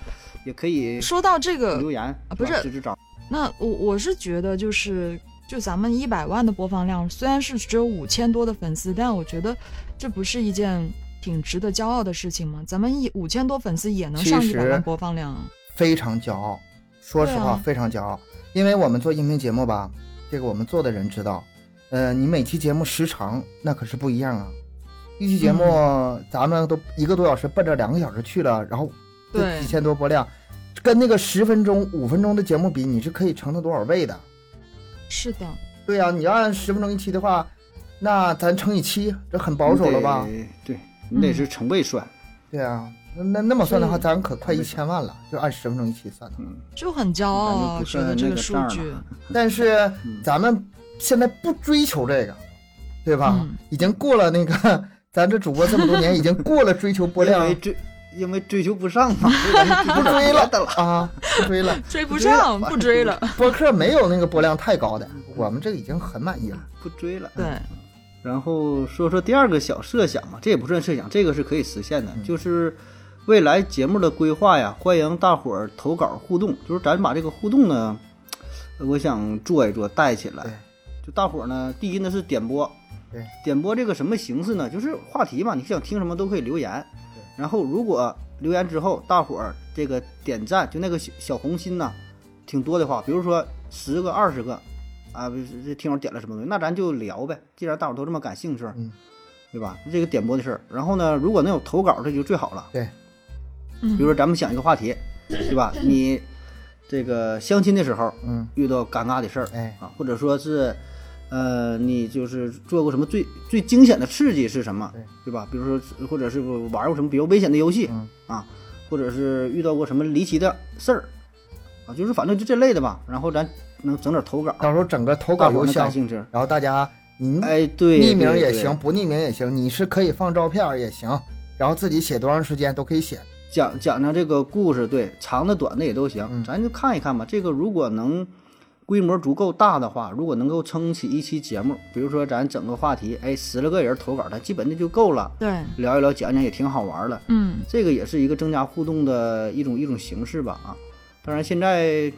C: 也可以
B: 说到这个，
C: 留言
B: 啊
C: 对吧
B: 不是
C: 支支招。
B: 那我我是觉得就是就咱们一百万的播放量，虽然是只有五千多的粉丝，但我觉得这不是一件挺值得骄傲的事情吗？咱们一五千多粉丝也能上
A: 其
B: 一
A: 实
B: 百万播放量，啊
A: 非常骄傲，说实话、
B: 对啊
A: 非常骄傲，因为我们做音频节目吧，这个我们做的人知道，呃，你每期节目时长那可是不一样啊，一期节目、
B: 嗯
A: 咱们都一个多小时，奔着两个小时去了，然后就
B: 对
A: 几千多播量，跟那个十分钟、五分钟的节目比，你是可以乘到多少倍的？
B: 是的，
A: 对啊呀、你要按十分钟一期的话，那咱乘以七，这很保守了吧？
C: 嗯你得？对，你得是成倍算。
A: 对啊，那那那么算的话，
B: 所以
A: 咱可
B: 嗯
A: 快一千万了，就按十分钟一期算的。
C: 嗯，
B: 就很骄傲
C: 感
B: 啊，
C: 觉
B: 我
C: 不
B: 觉
C: 算
B: 得这
C: 那
B: 个
C: 个
B: 数
C: 账
B: 据，
C: 了。
A: 但是
C: 嗯
A: 咱们现在不追求这个，对吧？
B: 嗯
A: 已经过了那个， 咱这主播这么多年，已经过了追求播
C: 因
A: 量
C: 为追，因为追求不上嘛，所以咱 就
A: 不
C: 不
A: 追
C: 追
A: 了
C: 了的了。
A: 啊，不追了。
B: 追不
C: 不追了
B: 上，不追了。
A: 播客没有那个播量太高的，我们这个已经很满意了。
C: 不追了。
B: 对，
C: 然后说说第二个小设想嘛，这也不算设想，这个是可以实现的，
A: 嗯
C: 就是未来节目的规划呀，欢迎大伙儿投稿互动，就是咱把这个互动呢，呃我想做一做，带起
A: 对
C: 来。就大伙儿呢，第一呢是点播，
A: 对，
C: 点播这个什么形式呢？就是话题嘛，你想听什么都可以留言。然后如果留言之后，大伙儿这个点赞，就那个小小红心呐、挺多的话，比如说十个、二十个，啊，不是这听友点了什么东西，那咱就聊呗。既然大伙儿都这么感兴趣，
A: 嗯，
C: 对吧？这个点播的事儿。然后呢，如果能有投稿，这就最好了。
A: 对，
B: 嗯
C: 比如说咱们想一个话题，对吧？你这个相亲的时候
A: 嗯，
C: 遇到尴尬的事儿，
A: 哎，
C: 啊，或者说是，呃，你就是做过什么最最惊险的刺激是什么，
A: 对
C: 对吧？比如说，或者是玩过什么比较危险的游戏、
A: 嗯
C: 啊，或者是遇到过什么离奇的事儿啊，就是反正就这类的吧。然后咱能整点投稿，
A: 到时候整个投稿
C: 大伙
A: 邮
C: 儿能
A: 箱
C: 感，兴趣。
A: 然后大家你
C: 哎，
A: 嗯
C: 对，
A: 匿名
C: 对
A: 也
C: 对
A: 行，不匿名也行，你是可以放照片儿也行，然后自己写多长时间都可以写。
C: 讲讲讲这个故事，对，长的短的也都行，
A: 嗯
C: 咱就看一看吧。这个如果能规模足够大的话，如果能够撑起一期节目，比如说咱整个话题，哎，十来个人投稿，咱基本的就够了，
B: 对，
C: 聊一聊讲讲也挺好玩的。
B: 嗯，
C: 这个也是一个增加互动的一种一种形式吧啊。当然现在，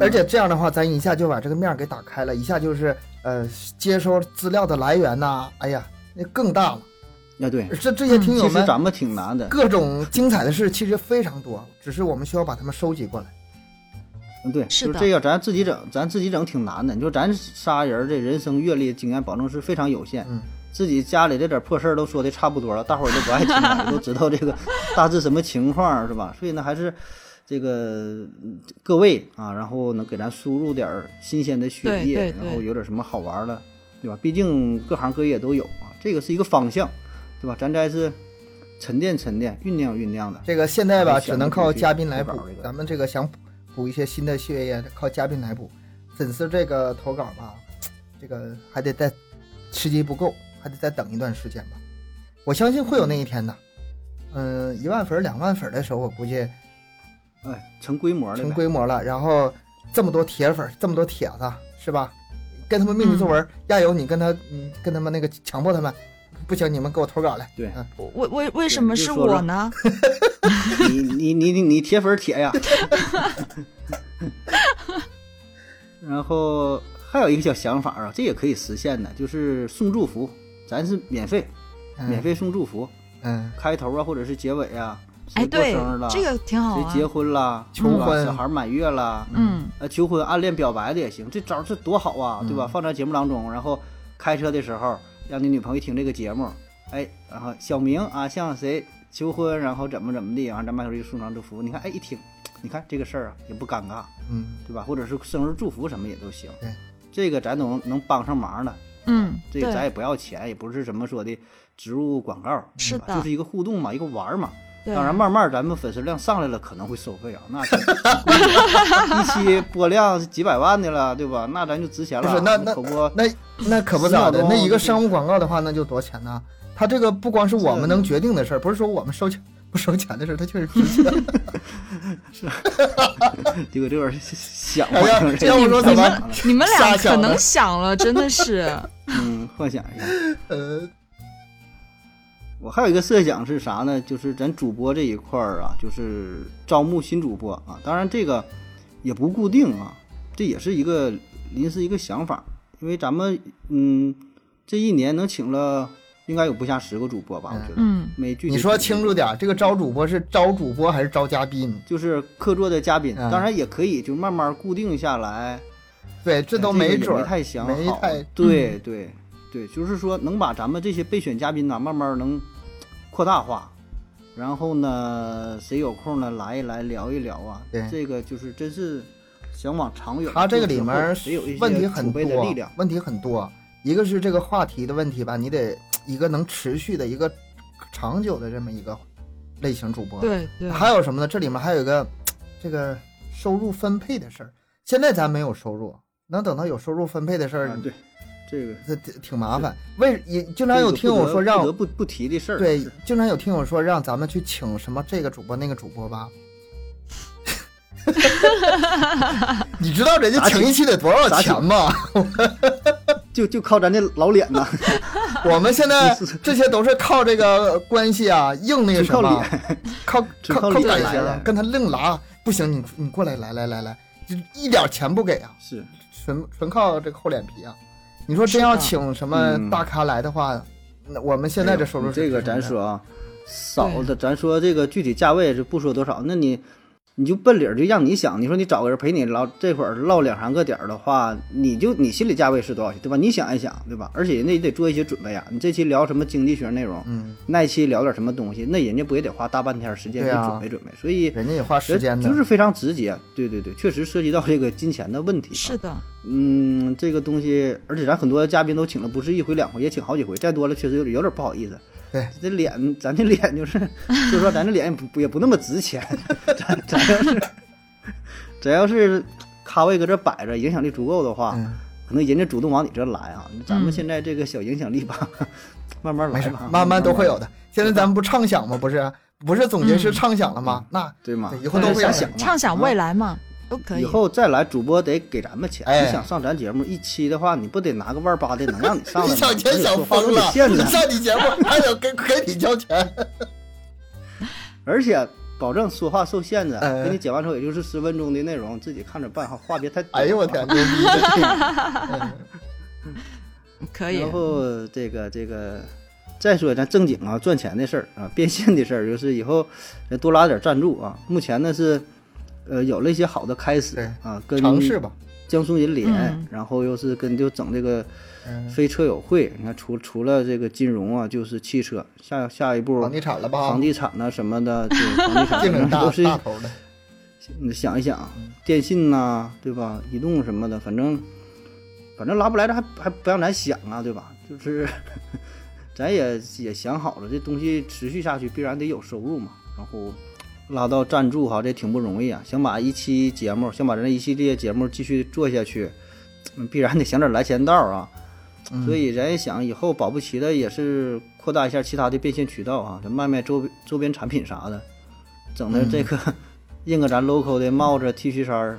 A: 而且这样的话，咱一下就把这个面儿给打开了，一下就是呃，接收资料的来源呐、哎呀，那更大了。
C: 啊对，
A: 这这些听友
C: 其实
A: 们
C: 咱们挺难的，
A: 各种精彩的事其实非常多，只是我们需要把它们收集过来。
C: 嗯对，
B: 是
C: 就
B: 的
C: 这样，咱自己整，咱自己整挺难的。你说咱仨人这人生阅历经验，保证是非常有限。
A: 嗯，
C: 自己家里这点破事儿都说的差不多了，大伙儿都不爱听 了，都知道这个大致什么情况是吧？所以呢，还是这个嗯各位啊，然后能给咱输入点儿新鲜的血
B: 对
C: 液，
B: 对对
C: 然后有点什么好玩儿的，对吧？毕竟各行各业都有啊，这个是一个方向，对吧？咱再是沉淀沉淀，酝酿酝酿的。
A: 这个现在吧，
C: 还
A: 只
C: 想
A: 能靠
C: 不出去
A: 嘉宾来
C: 投
A: 补
C: 稿这。个
A: 咱们这个想补补一些新的血液，靠嘉宾来补。粉丝这个投稿吧，这个还得再时机不够，还得再等一段时间吧。我相信会有那一天的。嗯，一万粉儿、两万粉儿的时候，我估计
C: 哎，成规模了呗，
A: 成规模了。然后这么多铁粉儿，这么多帖子，是吧？跟他们命题作文，亚游，你跟他，你跟他们那个强迫他们，不行，你们给我投稿来。
C: 对
A: 嗯
B: 我为为为什
C: 对
B: 么
C: 你就是说说
B: 我呢？
C: 你你你你你铁粉儿 铁呀。然后还有一个小想法啊，这也可以实现的，就是送祝福，咱是免费，
A: 嗯
C: 免费送祝福，
A: 嗯，
C: 开头啊或者是结尾啊，谁
B: 哎，
C: 过
B: 对
C: 生日了，，
B: 这个挺好
C: 谁
B: 啊。
C: 结婚啦，
A: 求
C: 对吧
A: 婚
C: 小孩满月啦，
B: 嗯，
C: 呃，求婚、暗恋、表白的也行，这招儿这多好啊，对吧？放在节目当中，然后开车的时候让你女朋友一听这个节目，哎，然后小明啊向谁求婚，然后怎么怎么地，然后咱麦克就送上祝福，你看，哎，一听，你看这个事儿啊也不尴尬，
A: 嗯，
C: 对吧？或者是生日祝福什么也都行
A: 对，
C: 这个咱能能帮上忙的，
B: 嗯，
C: 这个咱
B: 对
C: 也不要钱，也不是什么说的植入广告，
B: 是
C: 对吧就是
B: 的，
C: 一个互动嘛，一个玩儿嘛。
B: 对
C: 当然，慢慢咱们粉丝量上来了，可能会收费啊。那就一期播量是几百万的了，对吧？那咱就值钱了。
A: 不是那那
C: 可不，
A: 那那可不咋的，
C: 10秒钟
A: 那一个商务广告的话，那就多少钱呢？他这个不光是我们能决定的事儿，不是说我们收钱不收钱的事儿，他确实值 钱。
C: 这个这个 想
A: 哎呀
C: 幻想
A: 要不说
B: 你
A: 怎么
B: 们你们
A: 瞎
B: 俩
A: 想
B: 可
A: 的
B: 能想了，真的是，
C: 嗯，幻想一下。
A: 呃，
C: 我还有一个设想是啥呢？就是咱主播这一块儿啊，就是招募新主播啊。当然这个也不固定啊，这也是一个临时一个想法，因为咱们嗯这一年能请了应该有不下十个主播吧，我觉得。
B: 嗯，
C: 没具体
A: 你说
C: 统计
A: 清楚点儿，这个招主播是招主播还是招嘉宾？
C: 就是客座的嘉宾，
A: 嗯
C: 当然也可以就慢慢固定下来，
A: 对，这都
C: 哎个也
A: 没
C: 没
A: 准儿，
C: 太想
A: 没
C: 好
A: 太。嗯
C: 对对对，就是说能把咱们这些备选嘉宾呢、慢慢能扩大化，然后呢，谁有空呢来一来聊一聊啊
A: 对，
C: 这个就是真是想往长远，
A: 他这个里面
C: 就是得有一些
A: 问题很
C: 储备的力
A: 多
C: 量，，
A: 问题很多。一个是这个话题的问题吧，你得一个能持续的一个长久的这么一个类型主播。
B: 对对，
A: 还有什么呢？这里面还有一个这个收入分配的事儿。现在咱没有收入，能等到有收入分配的事儿，
C: 啊，对，这个
A: 这这挺麻烦。为也经常有听友说
C: 不
A: 让
C: 得不不提的事儿，
A: 对
C: 是，
A: 经常有听友说让咱们去请什么这个主播那个主播 吧。你知道人家请一期得多少钱 吗？
C: 就就靠咱这老脸 呐，
A: 我们现在
C: 是
A: 这些都是靠这个关系啊，硬那个
C: 就
A: 什
C: 靠
A: 么，
C: 脸，
A: 靠
C: 只
A: 靠
C: 靠
A: 感
C: 脸来
A: 情啊
C: 的，
A: 跟他硬拉，不行，你你过来，来来来来，就一点钱不给啊，
C: 是
A: 纯纯靠这个厚脸皮啊。你说真要
B: 是的
A: 请什么
C: 嗯
A: 大咖来的话，那我们现在这收入
C: 哎呦
A: 是
C: 这个
A: 什么
C: 咱
A: 样
C: 说啊，少的咱说这个具体价位是不说多少，那你你就奔理儿就让你想，你说你找个人陪你唠，这会儿唠两三个点儿的话，你就你心里价位是多少钱，对吧？你想一想，对吧？而且人家也得做一些准备啊，你这期聊什么经济学内容，
A: 嗯，
C: 那一期聊点什么东西，那人家不也得花大半天时间
A: 对
C: 去
A: 啊
C: 准备准备？所以
A: 人家也花时间的，
C: 哎就是非常直接，对对对，确实涉及到这个金钱的问题、啊。
B: 是的，
C: 嗯，这个东西，而且咱很多嘉宾都请了，不是一回两回，也请好几回，再多了确实有点有点不好意思。
A: 对，
C: 这脸，咱这脸就是， 就说咱这脸也不也不那么值钱，咱咱要是咱要是咖位搁这摆着，影响力足够的话，
A: 嗯，
C: 可能人家主动往你这来啊。
B: 嗯
C: 咱们现在这个小影响力吧， 慢慢
A: 没
C: 来
A: 事
C: 吧，，
A: 慢慢都会
C: 来
A: 有的。现在咱们不畅想吗？不是，不是总结是畅想了吗？那
C: 嗯对吗？
A: 以后都会有
C: 瞎
A: 的
C: 想嘛，
B: 畅想
C: 啊
B: 未来嘛，都可
C: 以
B: 以。
C: 后再来，主播得给咱们钱。
A: 哎
C: 你想上咱节目一期的话，你不得拿个万八的，能让你 上来
A: 你
C: 吗？
A: 想钱想疯了，
C: 而且
A: 你
C: 说话都得限制
A: 上你节目还想给给你交钱，
C: 而且保证说话受限制。
A: 哎
C: 给你剪完之后，也就是十分钟的内容，自己看着办哈，话别太多。
A: 哎呦我天，！牛逼！这
B: 可以
C: 然，后这个这个，再说咱正经啊，赚钱的事儿 啊，变现的事儿，就是以后呃多拉点赞助啊。目前呢是，呃，有了一些好的开始
A: 对
C: 啊，
A: 个
C: 跟
A: 哎尝试吧，
C: 江苏银联，
B: 嗯
C: 然后又是跟就整这个
A: 嗯
C: 非车友会。你看除除了这个金融啊，就是汽车，下下一步
A: 房地产了吧
C: 房？地产呐、什么的，对，房 地
A: 竞争
C: 产
A: 大
C: 都是
A: 大头的，
C: 你想一想啊，电信呐、对吧？移动什么的，反正反正拉不来这还还不让咱想啊，对吧？就是 咱也也想好了，这东西持续下去必然得有收入嘛。然后拉到赞助哈，这挺不容易啊。想把一期节目，想把咱这一系列节目继续做下去，嗯必然得想点来钱道啊。所以咱也想以后保不齐的也是扩大一下其他的变现渠道啊，咱卖卖周边周边产品啥的，整的这个、 印个咱 logo 的帽子、T 恤衫儿，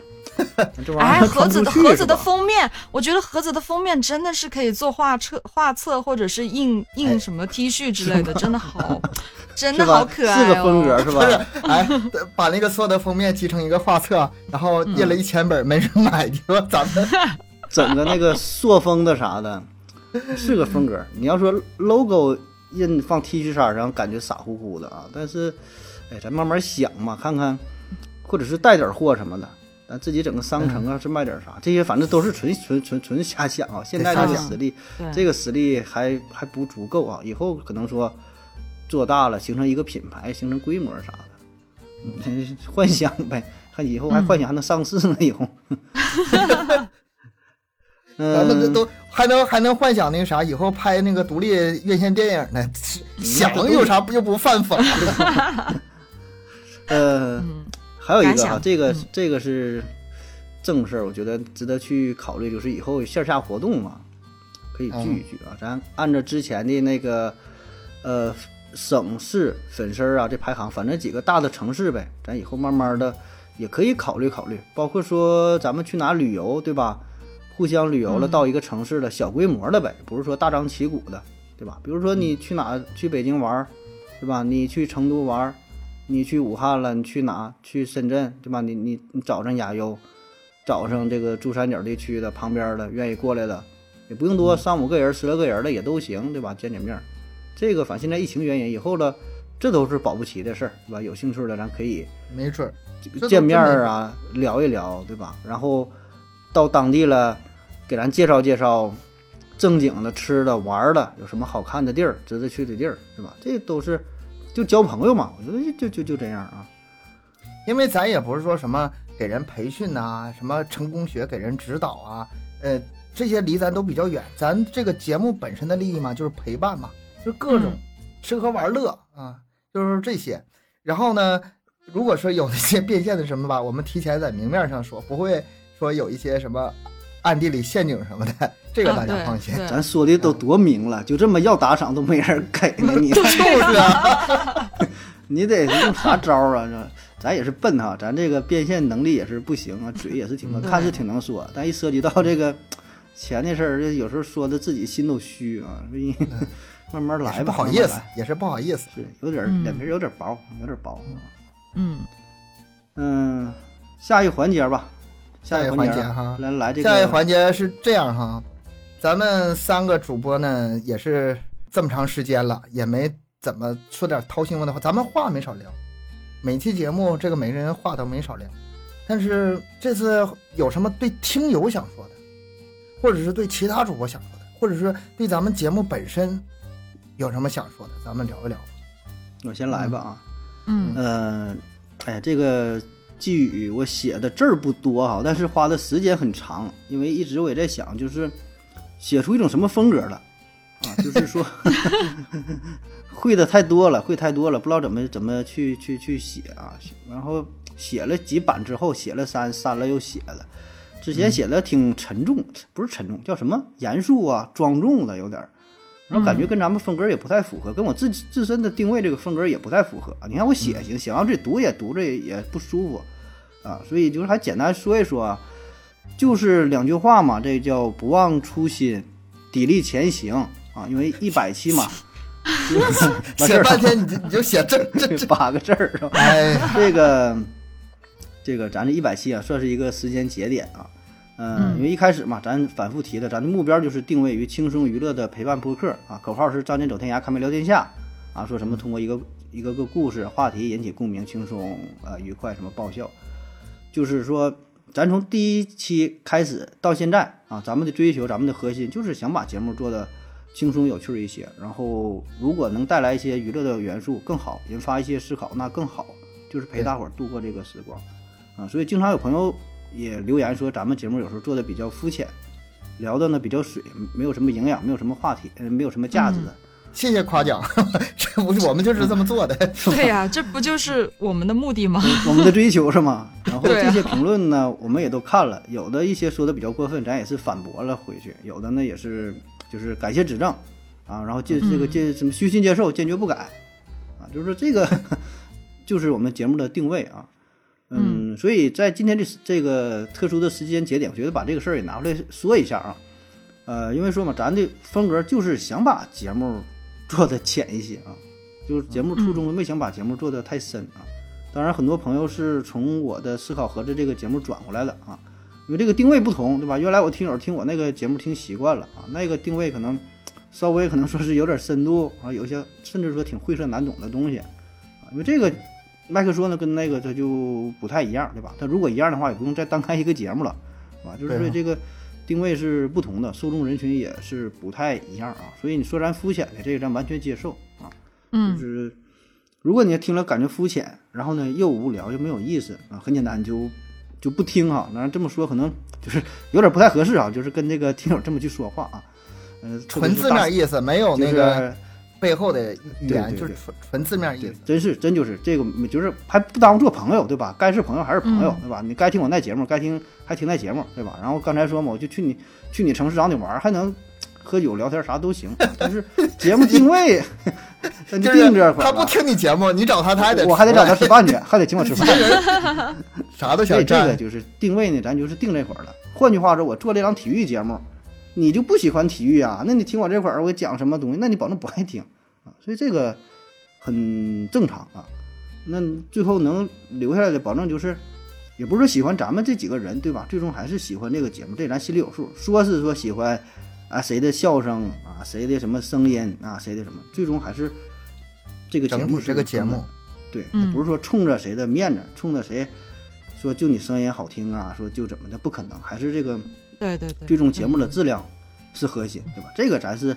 C: 这玩意儿
B: 哎，
C: 还
B: 盒
C: 穿
B: 子
C: 不
B: 的
C: 去
B: 盒
C: 是
B: 子的
C: 吧
B: 封面，我觉得盒子的封面真的是可以做画册、画册或者是印
A: 哎
B: 印什么 T 恤之类的，真的 好，真的
C: 是吧
B: 好可爱哦。
C: 四个风格是
A: 不是
C: 吧？？
A: 哎，把那个所有的封面集成一个画册，然后
C: 嗯
A: 印了一千本，没人买，你说咱们
C: 整个那个塑封的啥的，是个风格。你要说 logo 印放 T 恤衫上，感觉傻乎乎的啊。但是，哎，咱慢慢想嘛，看看，或者是带点货什么的，咱自己整个商
A: 嗯
C: 城啊，是卖点啥，这些反正都是纯纯纯纯瞎想啊。现在这
A: 瞎
C: 个
A: 想
C: 实力，
B: 对
C: 这个实力还还不足够啊。以后可能说做大了，形成一个品牌，形成规模啥的。嗯 幻想呗，还以后还
B: 嗯
C: 幻想还能上市呢，以后。
A: 咱们这
C: 嗯，
A: 都还能还能幻想那个啥，以后拍那个独立院线电影呢，想有啥不又不犯法？
C: 呃，还有
B: 嗯
C: 一
B: 感
C: 个啊
B: 想，
C: 这个
B: 嗯
C: 这个是正事儿，我觉得值得去考虑，就是以后线下活动啊，可以聚一聚啊，咱按照之前的那个呃省市粉丝儿啊这排行，反正几个大的城市呗，咱以后慢慢的也可以考虑考虑，包括说咱们去哪旅游，对吧？互相旅游了，到一个城市了，小规模的呗，不是说大张旗鼓的，对吧？比如说你去哪去北京玩儿，对吧？你去成都玩儿，你去武汉了，你去哪？去深圳，对吧？你你你找上亚优，找上这个珠三角地区的旁边的愿意过来的，也不用
A: 嗯
C: 多，三五个人、十来个人的也都行，对吧？见见面儿，这个反正现在疫情原因，以后了，这都是保不齐的事儿，对吧？有兴趣的咱可以
A: 没准儿这都
C: 见面儿啊，聊一聊，对吧？然后到当地了，给咱介绍介绍正经的吃的、玩儿的，有什么好看的地儿、值得去的地儿，对吧？这都是就交朋友嘛，我觉得就就就就这样啊。
A: 因为咱也不是说什么给人培训呐、什么成功学给人指导啊，呃，这些离咱都比较远。咱这个节目本身的利益嘛，就是陪伴嘛，就是各种
B: 嗯
A: 吃喝玩乐啊，就是这些。然后呢，如果说有那些变现的什么吧，我们提前在明面上说，不会说有一些什么暗地里陷阱什么的，这个大
B: 啊
A: 家
B: 对
A: 放心。
B: 对
C: 咱说的都多明了，就这么要打赏都没人给呢，你
A: 就是 啊，
C: 你得用啥招儿啊？ 这咱也是笨哈、咱这个变现能力也是 不行啊，嘴也是挺能，
B: 嗯
C: 看似挺能说，但一涉及到这个钱的事儿，这有时候说的自己心都虚啊。所以 慢慢
A: 嗯也
C: 来
A: 是
C: 吧，
A: 不好
C: 慢
A: 意
C: 慢
A: 思
C: 来，
A: 也是不好意思。
C: 是有点儿
B: 嗯
C: 脸皮儿有点儿薄，有点儿薄。啊
B: 嗯，
C: 嗯，下一环节吧，下
A: 下一
C: 一
A: 环
C: 节
A: 节
C: 啊
A: 哈
C: 来来这个
A: 下一环节是这样哈，咱们三个主播呢也是这么长时间了，也没怎么说点掏心窝的话，咱们话没少聊，每期节目这个每个人话都没少聊，但是这次有什么对听友想说的，或者是对其他主播想说的，或者是对咱们节目本身有什么想说的，咱们聊一聊。
C: 我先来吧啊。
B: 嗯，
C: 呃，哎呀，这个寄语我写的字儿不多哈，但是花的时间很长，因为一直我也在想，就是写出一种什么风格了啊，就是 说 会的太多了，会太多了，不知道怎么怎么去去去写啊。然后写了几版之后，写了删，删了又写了。
B: 嗯
C: 之前写的挺沉重，不是沉重，叫什么严肃啊、庄重了有点儿，然后感觉跟咱们风格也不太符合，跟我自己自身的定位这个风格也不太符合。啊你看我写行，写完这读也读着也也不舒服，啊，所以就是还简单说一说啊，就是两句话嘛，这叫不忘初心，砥砺前行啊，因为一百期嘛，就完事
A: 写
C: 儿
A: 半
C: 了，
A: 天你就你就写这这 这，
C: 八个字儿是吧？
A: 哎，
C: 这个这个咱这一百期啊，算是一个时间节点啊。嗯，
B: 嗯
C: 因为一开始嘛，咱反复提的，咱的目标就是定位于轻松娱乐的陪伴播客啊，口号是“仗剑走天涯，开麦聊天下”，啊，说什么通过一个一个个故事话题引起共鸣，轻松呃愉快什么爆笑，就是说咱从第一期开始到现在啊，咱们的追求，咱们的核心就是想把节目做的轻松有趣一些，然后如果能带来一些娱乐的元素更好，引发一些思考那更好，就是陪大伙儿度过这个时光啊。所以经常有朋友也留言说，咱们节目有时候做的比较肤浅，聊的呢比较水，没有什么营养，没有什么话题，呃，没有什么价值的。
A: 谢谢夸奖， 这不是我们就是这么做的。
B: 对呀、这不就是我们的目的吗？
C: 我们的追求是吗？然后
B: 对啊
C: 这些评论呢，我们也都看了，有的一些说的比较过分，咱也是反驳了回去；有的呢也是就是感谢指正啊，然后这这
B: 嗯
C: 个这什么虚心接受，坚决不改啊，就是说这个 就是我们节目的定位啊。嗯，所以在今天这这个特殊的时间节点，我觉得把这个事儿也拿出来说一下啊。呃，因为说嘛，咱的风格就是想把节目做的浅一些啊，就是节目初衷没想把节目做的太深啊。当然，很多朋友是从我的思考盒子这个节目转过来的啊，因为这个定位不同，对吧？原来我听友听我那个节目听习惯了啊，那个定位可能稍微可能说是有点深度啊，有些甚至说挺晦涩难懂的东西啊，因为这个麦克说呢跟那个它就不太一样，对吧？它如果一样的话，也不用再单开一个节目了，啊，就是
A: 对
C: 说
A: 啊
C: 这个定位是不同的，受众人群也是不太一样啊，所以你说咱肤浅的这个咱完全接受啊，就
B: 嗯
C: 是如果你听了感觉肤浅，然后呢又无聊又没有意思啊，很简单，你就就不听哈。当然这么说可能就是有点不太合适啊，就是跟这个听友这么去说话啊，呃，特别
A: 纯
C: 是
A: 字
C: 大
A: 面意思，没有
C: 就
A: 那
C: 是
A: 个嗯背后的语
C: 对
A: 言，
C: 对
A: 就是
C: 对
A: 纯纯字面意
C: 对
A: 思，。
C: 真是真就是这个，就是还不耽误做朋友，对吧？该是朋友还是朋友，
B: 嗯
C: 对吧？你该听我那节目，该听还听那节目，对吧？然后刚才说嘛，我就去你去你城市找你玩儿，还能喝酒聊天啥都 行，但是节目定位， 那就
A: 就
C: 定这
A: 是
C: 块儿
A: 他不
C: 了。
A: 听你节目，你找他，他还得
C: 我还得找他吃饭去，还得请我吃饭。
A: 啥都
C: 所
A: 想
C: 以这个
A: 占。
C: 就是定位呢，咱就是定这块儿了。换句话说，我做这档体育节目，你就不喜欢体育啊？那你听我这块儿我讲什么东西，那你保证不爱听啊。所以这个很正常啊。那最后能留下来的，保证就是，也不是说喜欢咱们这几个人，对吧？最终还是喜欢这个节目，这咱心里有数。说是说喜欢啊谁的笑声啊，谁的什么声音啊，谁的什么，最终还是这个节
A: 整
C: 目
A: 体
C: 是
A: 这个
C: 成
A: 节
C: 本
A: 目，
C: 对，
B: 嗯
C: 不是说冲着谁的面子，冲着谁说就你声音好听啊，说就怎么的，不可能，还是这
B: 嗯
C: 个
B: 对对对，
C: 最终节目的质量是核心，对吧？这个咱是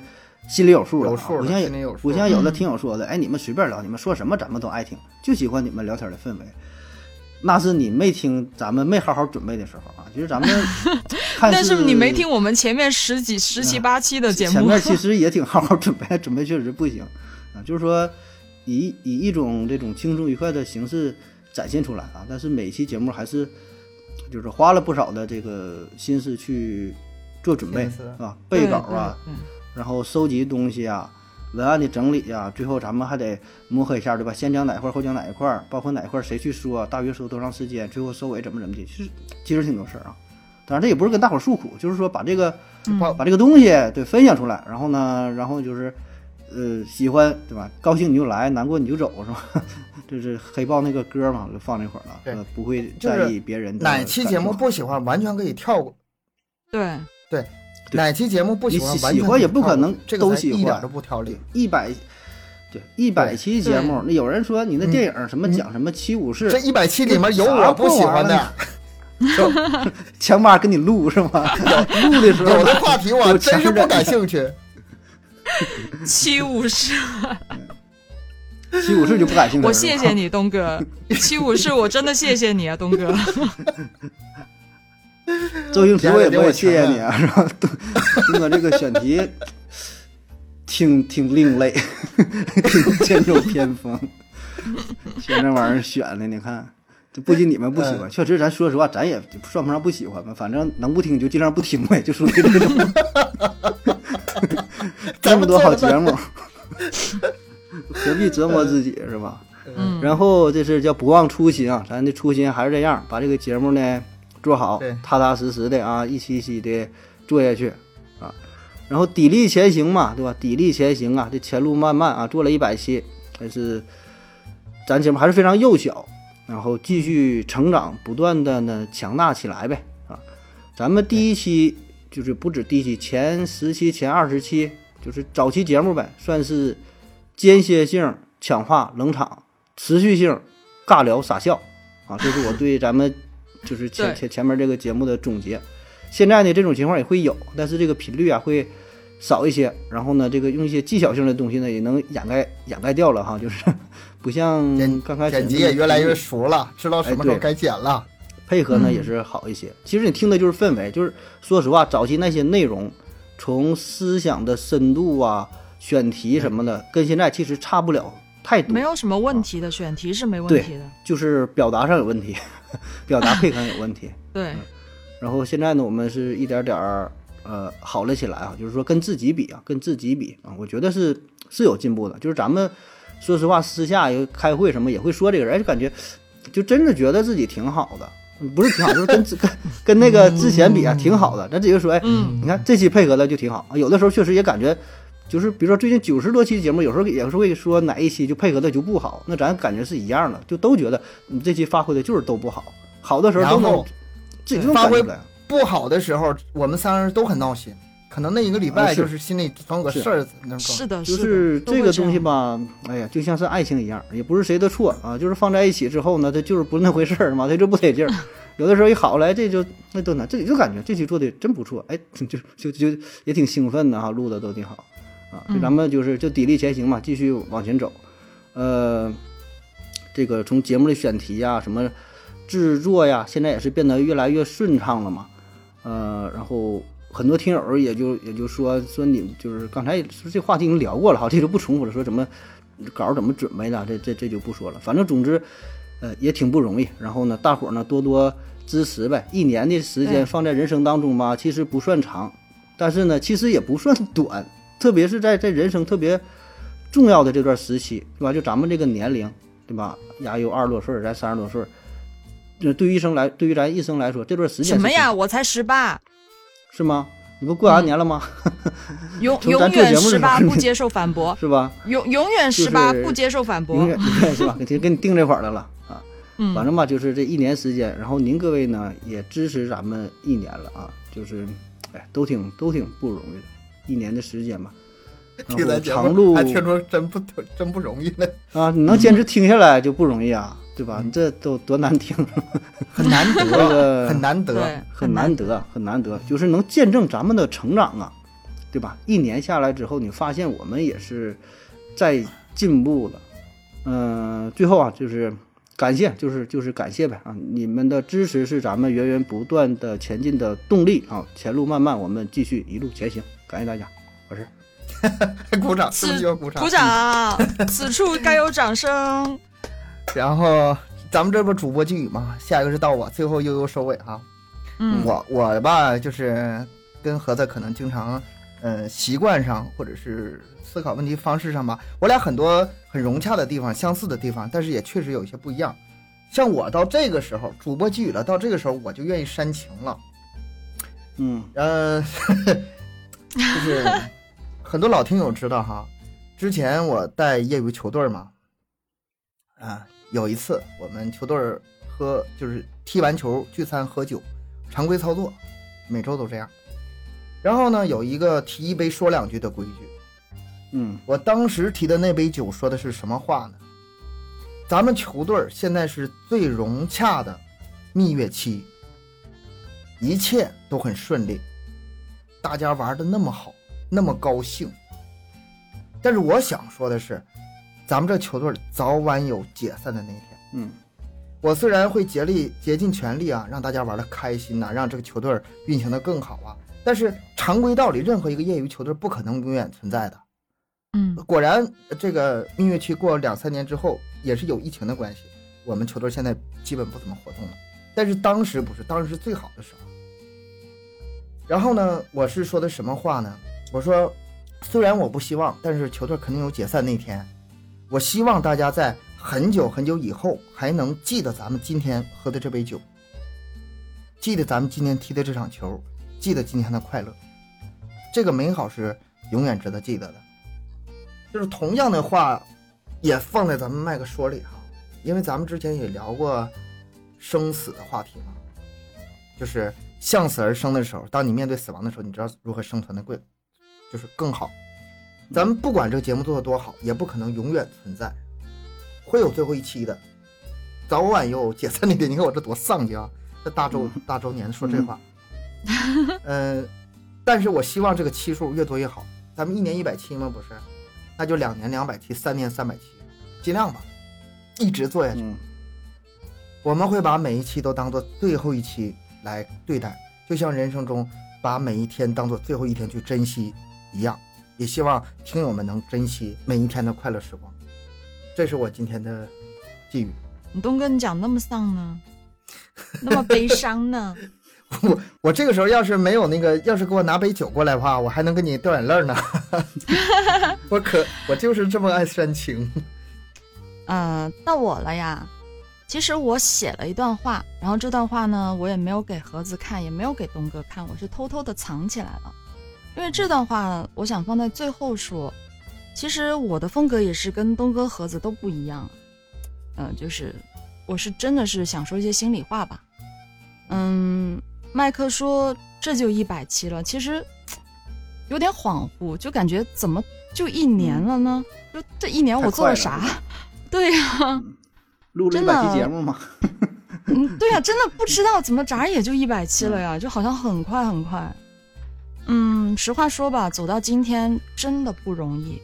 C: 心里有数了、啊，
A: 有数了
C: 不像
A: 心里有数
C: 不像有
B: 嗯
C: 的听友说的，哎，你们随便聊，你们说什么咱们都爱听，就喜欢你们聊天的氛围。那是你没听咱们没好好准备的时候啊，就 是咱们看
B: 但
C: 似
B: 是你没听我们前面十几、十七八期的节
C: 嗯前
B: 目
C: 面，其实也挺好好准备，准备确实不行啊。就是说，以以一种这种轻松愉快的形式展现出来啊。但是每期节目还是就是花了不少的这个心思去做准备
A: 心思
C: 啊，备
B: 对
C: 稿啊，，
B: 对嗯对
C: 然后收集东西啊，文案的整理啊，最后咱们还得磨合一下，对吧？先讲哪一块儿，后讲哪一块儿，包括哪一块儿谁去说，大约说多长时间，最后收尾怎么怎么地，其实其实挺多事儿啊。当然，这也不是跟大伙儿诉苦，就是说把这个
A: 把
C: 把这个东西对分享出来，然后呢，然后就是呃喜欢对吧？高兴你就来，难过你就走是吧？ 这是黑豹那个歌嘛，就放那会儿了，
A: 对
C: 呃不会
A: 就
C: 在
A: 是
C: 意别人的
A: 哪期节目
C: 感受
A: 不喜欢，完全可以跳过；
B: 对，
C: 对
A: 哪期节目不喜欢，
C: 你喜
A: 完全
C: 喜欢也不可能
A: 这个
C: 都
A: 咱
C: 喜欢
A: 一点都不挑理
C: 对。一百。对一百
A: 对嗯
C: 期节目，那有人说你那电影什么讲什么七武士
A: 这，一百期里面有我不喜欢的，
C: 强巴跟你录是吗？录的时候
A: 有的话题我真是不感兴趣。
B: 七五是，
C: 七武士就不感兴趣了。
B: 我谢谢你，东 哥，七五是我真的谢谢你啊，东哥。
C: 周星驰，我也我也谢谢
A: 我
C: 你啊，是吧？东东哥这个选题挺挺另类， 挺剑走偏锋，选这玩意儿选的，你看。这不仅你们不喜欢，确实，咱说实话，咱也算不上不喜欢吧。反正能不听就尽量不听呗，就属于这种。 这么多好节目， 何必折磨自己是吧？
B: 嗯，
C: 然后这是叫不忘初心啊，咱的初心还是这样，把这个节目呢做好
A: 对，
C: 踏踏实实的啊，一期一期的做下去啊。然后砥砺前行嘛，对吧？砥砺前行啊，这前路漫漫啊，做了一百期，但是咱节目还是非常幼小，然后继续成长，不断的呢强大起来呗啊。咱们第一期就是不止第一期，前十期、前二十期就是早期节目呗，算是间歇性抢话冷场，持续性尬聊傻笑啊，这是我对咱们就是前
B: 对
C: 前前面这个节目的总结。现在呢，这种情况也会有，但是这个频率啊会少一些。然后呢，这个用一些技巧性的东西呢，也能掩盖掩盖掉了哈，就是 不像
A: 剪
C: 嗯刚开始
A: 剪辑
C: 那么
A: 也越来
C: 频
A: 越
C: 率
A: 熟了，知道什么时候
C: 哎
A: 该剪了。
C: 配合呢
B: 嗯
C: 也是好一些。其实你听的就是氛围，就是说实话，早期那些内容，从思想的深度啊、选题什么的，跟现在其实差不了太多
B: 没，有什么问题的，选题是没问题的。
C: 就是表达上有问题， 表达配合上有问题。
B: 对，
C: 然后现在呢，我们是一点点儿呃好了起来啊，就是说跟自己比啊，跟自己比啊，我觉得是是有进步的。就是咱们说实话，私下有开会什么也会说这个人，哎，就感觉就真是觉得自己挺好的。不是挺好，就是跟自跟跟那个之前比啊，挺好的。咱只是说，哎，
B: 嗯
C: 你看这期配合的就挺好啊。有的时候确实也感觉，就是比如说最近九十多期节目，有时候也是会说哪一期就配合的就不好，那咱感觉是一样的，就都觉得你这期发挥的就是都不好，好的时候都
A: 然
C: 能
A: 后
C: 自己就能
A: 发
C: 感
A: 挥
C: 觉出来。
A: 不好的时候，我们三人都很闹心，可能那一个礼
C: 啊
A: 拜
C: 是
A: 就是心里总有个事儿能够。
B: 是的，
C: 嗯就是是
B: 的
C: 这个东西，吧，哎呀，就像是爱情一样，也不是谁的错啊，就是放在一起之后呢，它就是不是那回事儿嘛，它就不得 劲儿。有的时候一好来，这就那都难，自己就感觉这期做的真不错，哎，就就就也挺兴奋的哈，录的都挺好啊。
B: 嗯
C: 就咱们就是就砥砺前行嘛，继续往前走。呃，这个从节目的选题呀、什么制作呀，现在也是变得越来越顺畅了嘛。呃，然后很多听友也就也就说说你就是刚才说这话题已经聊过了哈，这就不重复了，说怎么稿儿怎么准备的，这这这就不说了。反正总之，呃，也挺不容易。然后呢，大伙儿呢多多支持呗。一年的时
B: 对
C: 间放在人生当中吧，其实不算长，但是呢，其实也不算短，特别是在在人生特别重要的这段时期，对吧？就咱们这个年龄，对吧？牙有二十多岁儿，咱三十多岁儿。这对于一生来，对于咱一生来说，这段时间
B: 什
C: 是
B: 么
C: 挺
B: 呀？我才十 八，
C: 是吗？你不过完年了吗？
B: 永
C: 从
B: 永
C: 咱做节
B: 远
C: 目的时
B: 十
C: 候
B: 八不接受反驳
C: ，是吧？
B: 永永远
C: 就是
B: 十八嗯不接受反
C: 永
B: 驳。
C: 远对是吧？给给你定这块儿来了啊。
B: 嗯，
C: 反正吧，就是这一年时间，然后您各位呢也支持咱们一年了啊，就是哎，都挺都挺不容易的，一年的时间吧。
A: 听
C: 然后
A: 咱节目
C: 长路
A: 还听说真不真不容易 呢，
C: 啊，你能坚持听下来就不容易啊，对吧？
A: 嗯
C: 你这都多难听，
A: 很难
C: 这
A: 得，
C: 个
A: 哦很难得。
B: 对，
C: 很难得，啊很难得，就是能见证咱们的成长啊，对吧？一年下来之后，你发现我们也是在进步的。嗯、最后啊，就是感谢，就是就是感谢呗啊！你们的支持是咱们源源不断的前进的动力啊！前路漫漫，我们继续一路前行，感谢大家，我是
A: 鼓掌，是不
B: 此
A: 是就要鼓掌？嗯
B: 鼓掌，此处该有掌声。
A: 然后咱们这不主播寄语嘛，下一个是到我，最后悠悠收尾哈、
B: 嗯，
A: 我我吧，就是跟盒子可能经常，呃，习惯上或者是思考问题方式上吧，我俩很多很融洽的地方，相似的地方，但是也确实有一些不一样。像我到这个时候，主播寄语了，到这个时候我就愿意煽情了。
C: 嗯，
A: 嗯， 就是很多老听友知道哈，之前我带业余球队儿嘛，啊，有一次我们球队儿喝就是踢完球聚餐喝酒，常规操作，每周都这样。然后呢，有一个提一杯说两句的规矩，
C: 嗯，
A: 我当时提的那杯酒说的是什么话呢？咱们球队儿现在是最融洽的蜜月期，一切都很顺利，大家玩的那么好，那么高兴。但是我想说的是，咱们这球队儿早晚有解散的那一天。
C: 嗯，
A: 我虽然会竭力竭尽全力啊，让大家玩的开心呐、让这个球队儿运行的更好啊，但是常规道理，任何一个业余球队儿不可能永远存在的。
B: 嗯
A: 果然，呃这个蜜月期过两三年之后，也是有疫情的关系，我们球队现在基本不怎么活动了。但是当时不是，当时是最好的时候。然后呢，我是说的什么话呢？我说，虽然我不希望，但是球队肯定有解散那天。我希望大家在很久很久以后还能记得咱们今天喝的这杯酒，记得咱们今天踢的这场球，记得今天的快乐。这个美好是永远值得记得的。就是同样的话，也放在咱们麦克说里哈，因为咱们之前也聊过生死的话题嘛，就是向死而生的时候，当你面对死亡的时候，你知道如何生存的贵，就是更好。咱们不管这个节目做的多好，也不可能永远存在，会有最后一期的，早晚有解散那天。你看我这多丧气啊！这大周大周年说这话， 嗯、但是我希望这个期数越多越好。咱们一年一百期吗？不是，那就两年两百期，三年三百期，尽量吧，一直做下去。
C: 嗯，
A: 我们会把每一期都当做最后一期来对待，就像人生中把每一天当做最后一天去珍惜一样。也希望听友们能珍惜每一天的快乐时光。这是我今天的寄语。
B: 你东哥，你讲那么丧呢，那么悲伤呢？
A: 我我这个时候要是没有那个，要是给我拿杯酒过来的话，我还能跟你掉眼泪儿呢。 我可我就是这么爱煽情。
B: 呃，到我了呀。其实我写了一段话，然后这段话呢，我也没有给盒子看，也没有给东哥看，我是偷偷的藏起来了。因为这段话，我想放在最后说。其实我的风格也是跟东哥、盒子都不一样。呃，就是我是真的是想说一些心里话吧。嗯，麦克说这就一百期了，其实有点恍惚，就感觉怎么就一年了呢？就这一年
C: 嗯太
B: 我做
C: 快
B: 了
C: 了
B: 啥
C: 是？
B: 对呀、
C: 录了
B: 真
C: 一
B: 的
C: 百期节目嘛，
B: 嗯，对呀、真的不知道怎么眨眼也就一百期了呀，就好像很快很快。嗯，实话说吧，走到今天真的不容易。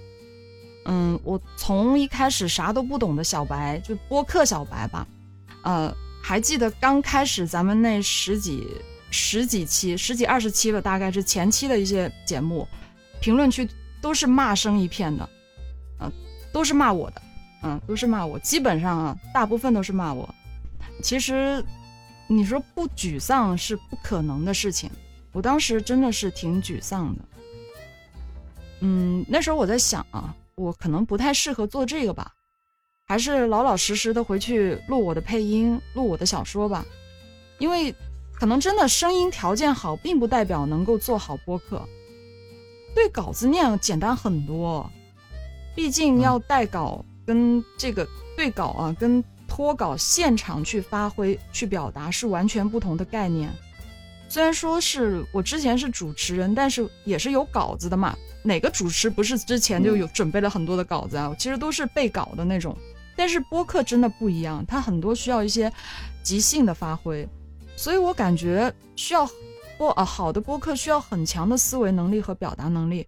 B: 嗯，我从一开始啥都不懂的小白，就播客小白吧，呃，还记得刚开始咱们那十几十几期、十几二十期吧，大概是前期的一些节目，评论区都是骂声一片的，啊、都是骂我的，嗯、都是骂我，基本上啊，大部分都是骂我。其实你说不沮丧是不可能的事情，我当时真的是挺沮丧的。嗯，那时候我在想啊，我可能不太适合做这个吧，还是老老实实的回去录我的配音，录我的小说吧，因为可能真的声音条件好，并不代表能够做好播客。对稿子那样简单很多，毕竟要带稿跟这个对稿啊，跟脱稿现场去发挥、去表达是完全不同的概念。虽然说是我之前是主持人，但是也是有稿子的嘛。哪个主持不是之前就有准备了很多的稿子啊？其实都是背稿的那种。但是播客真的不一样，它很多需要一些即兴的发挥，所以我感觉需要播啊好的播客需要很强的思维能力和表达能力，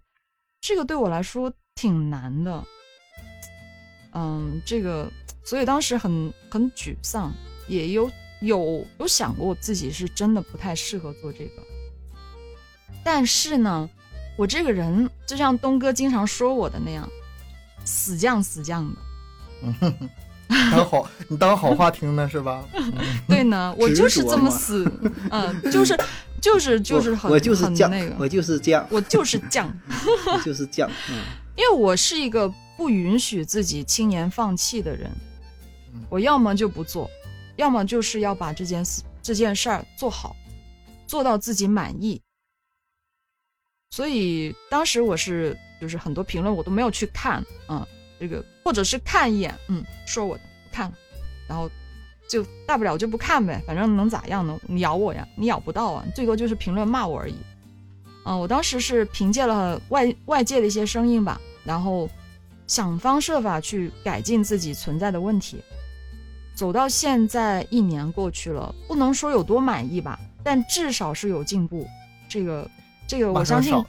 B: 这个对我来说挺难的。嗯，这个，所以当时很很沮丧，也有有有想过自己是真的不太适合做这个，但是呢，我这个人就像东哥经常说我的那样，死犟死犟的。
A: 当好你当好话听呢是吧？
B: 对呢，我
C: 执
B: 就是
C: 着
B: 这么
C: 嘛
B: 死，嗯，就是就是 就是很
C: 我我就是
B: 很
C: 犟，
B: 那个，
C: 我就是犟，
B: 我就是犟，
C: 我就是犟。嗯，
B: 因为我是一个不允许自己轻言放弃的人，我要么就不做，要么就是要把这件事这件事儿做好，做到自己满意。所以当时我是就是很多评论我都没有去看，嗯，这个或者是看一眼，嗯，说我不看了，然后就大不了就不看呗，反正能咋样呢？你咬我呀，你咬不到啊，最多就是评论骂我而已。嗯、我当时是凭借了外外界的一些声音吧，然后想方设法去改进自己存在的问题。走到现在一年过去了，不能说有多满意吧，但至少是有进步。这个，这个我
A: 骂
B: 相
A: 声
B: 信
A: 少了，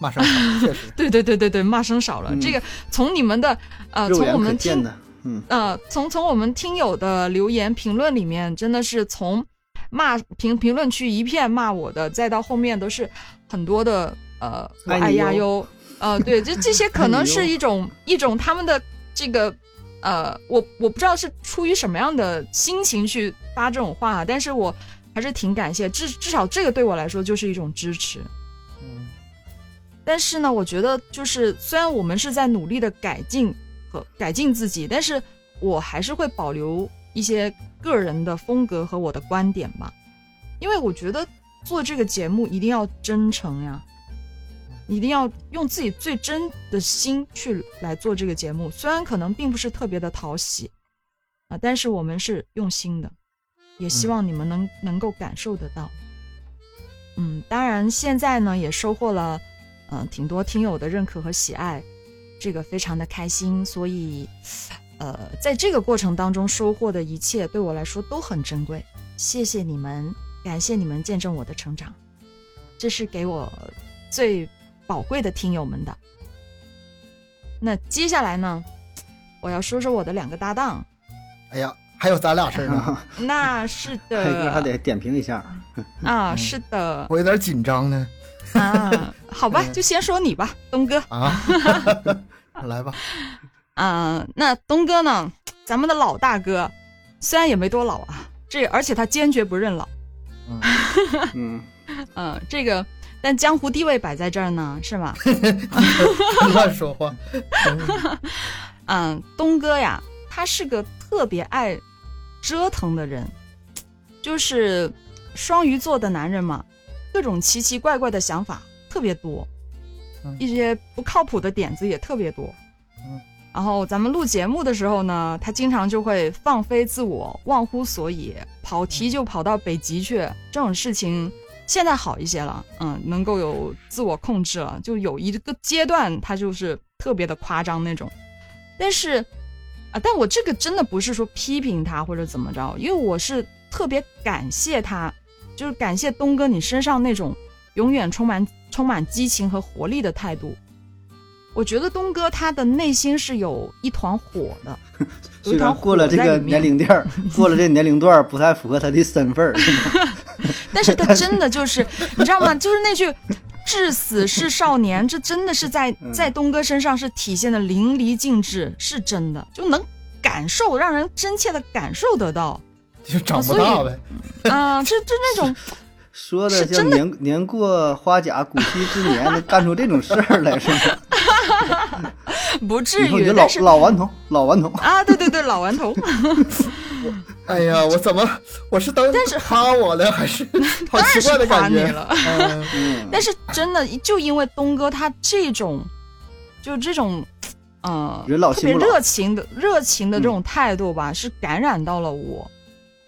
A: 骂声少了，确实。
B: 对对对对对，骂声少了。
C: 嗯
B: 这个从你们的呃，
C: 肉
B: 从
C: 眼
B: 我
C: 可
B: 们
C: 见
B: 听
C: 的，嗯，
B: 呃，从从我们听友的留言评论里面，真的是从骂评评论区一片骂我的，再到后面都是很多的呃，我
C: 爱你
B: 爱呀
C: 哟
B: 哟，呃，对，这这些可能
C: 爱
B: 是
C: 你哟
B: 一种一种他们的这个呃，我我不知道是出于什么样的心情去发这种话啊，但是我还是挺感谢，至至少这个对我来说就是一种支持。但是呢，我觉得就是虽然我们是在努力的改进和改进自己，但是我还是会保留一些个人的风格和我的观点吧，因为我觉得做这个节目一定要真诚呀，一定要用自己最真的心去来做这个节目，虽然可能并不是特别的讨喜啊，但是我们是用心的，也希望你们能、能够感受得到。嗯，当然现在呢也收获了。嗯，挺多听友的认可和喜爱，这个非常的开心。所以，呃，在这个过程当中收获的一切对我来说都很珍贵。谢谢你们，感谢你们见证我的成长，这是给我最宝贵的听友们的。那接下来呢，我要说说我的两个搭档。
A: 哎呀，还有咱俩事儿呢，
B: 那是
C: 黑哥还
B: 的
C: 得哎点嗯评一下。
B: 啊，是的
A: 我有点紧张呢
B: 啊，好吧，
C: 嗯
B: 就先说你吧，东哥。
A: 啊， 来吧，
B: 啊、那东哥呢？咱们的老大哥，虽然也没多老啊，这而且他坚决不认老，
A: 嗯，
C: 嗯，
B: 嗯、这个但江湖地位摆在这儿呢，是吧？
A: 乱说话，
B: 嗯、东哥呀，他是个特别爱折腾的人，就是双鱼座的男人嘛，各种奇奇怪怪的想法特别多
A: 嗯，
B: 一些不靠谱的点子也特别多
A: 嗯。
B: 然后咱们录节目的时候呢，他经常就会放飞自我，忘乎所以，跑
A: 嗯
B: 题就跑到北极去。这种事情现在好一些了，嗯，能够有自我控制了。就有一个阶段，他就是特别的夸张那种。但是啊，但我这个真的不是说批评他或者怎么着，因为我是特别感谢他，就是感谢东哥你身上那种永远充满充满激情和活力的态度。我觉得东哥他的内心是有一团火 的，有
C: 虽
B: 一团
C: 然过
B: 火
C: 了这
B: 在
C: 个
B: 里
C: 年
B: 面，
C: 龄段 儿，过了这年龄段儿不太符合他的身份儿，
B: 但是他真 的就是，你知道吗？就是那句“至死是少年”，这真的是在
C: 嗯
B: 在东哥身上是体现的淋漓尽致，是真的，就能感受，让人真切的感受得到。
A: 就长不大呗，
B: 啊、这这那种
C: 说
B: 是
C: 的像
B: 真
C: 年年过花甲古稀之年，能干出这种事儿来是吗？
B: 不至
C: 以后你
B: 于
C: 就，老
B: 但 是
C: 老顽童，老 顽童。
B: 啊，对对对，老 顽童，
A: 哎呀，我怎么我是当
B: 但是
A: 夸我了还 是好
B: 当然
A: 奇怪
B: 是
A: 的
B: 夸
A: 感
B: 你
A: 觉？
B: 了。
A: 嗯，
C: 嗯，
B: 但是真的，就因为东哥他这种，就这种，呃，
C: 人老
B: 特
C: 心
B: 别
C: 不老嗯
B: 热情的热情的这种态度吧，是感染到了我。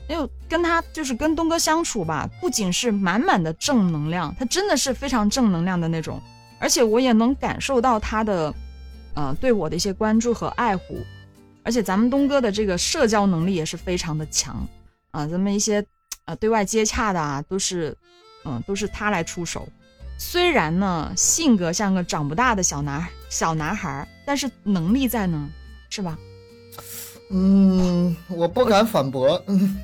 B: 因为跟他就是跟东哥相处吧，不仅是满满的正能量，他真的是非常正能量的那种，而且我也能感受到他的，呃，对我的一些关注和爱护。而且咱们东哥的这个社交能力也是非常的强啊，咱们一些呃对外接洽的啊，都是嗯都是他来出手。虽然呢性格像个长不大的小男小男孩儿，但是能力在呢，是吧？
A: 嗯，我不敢反驳。嗯，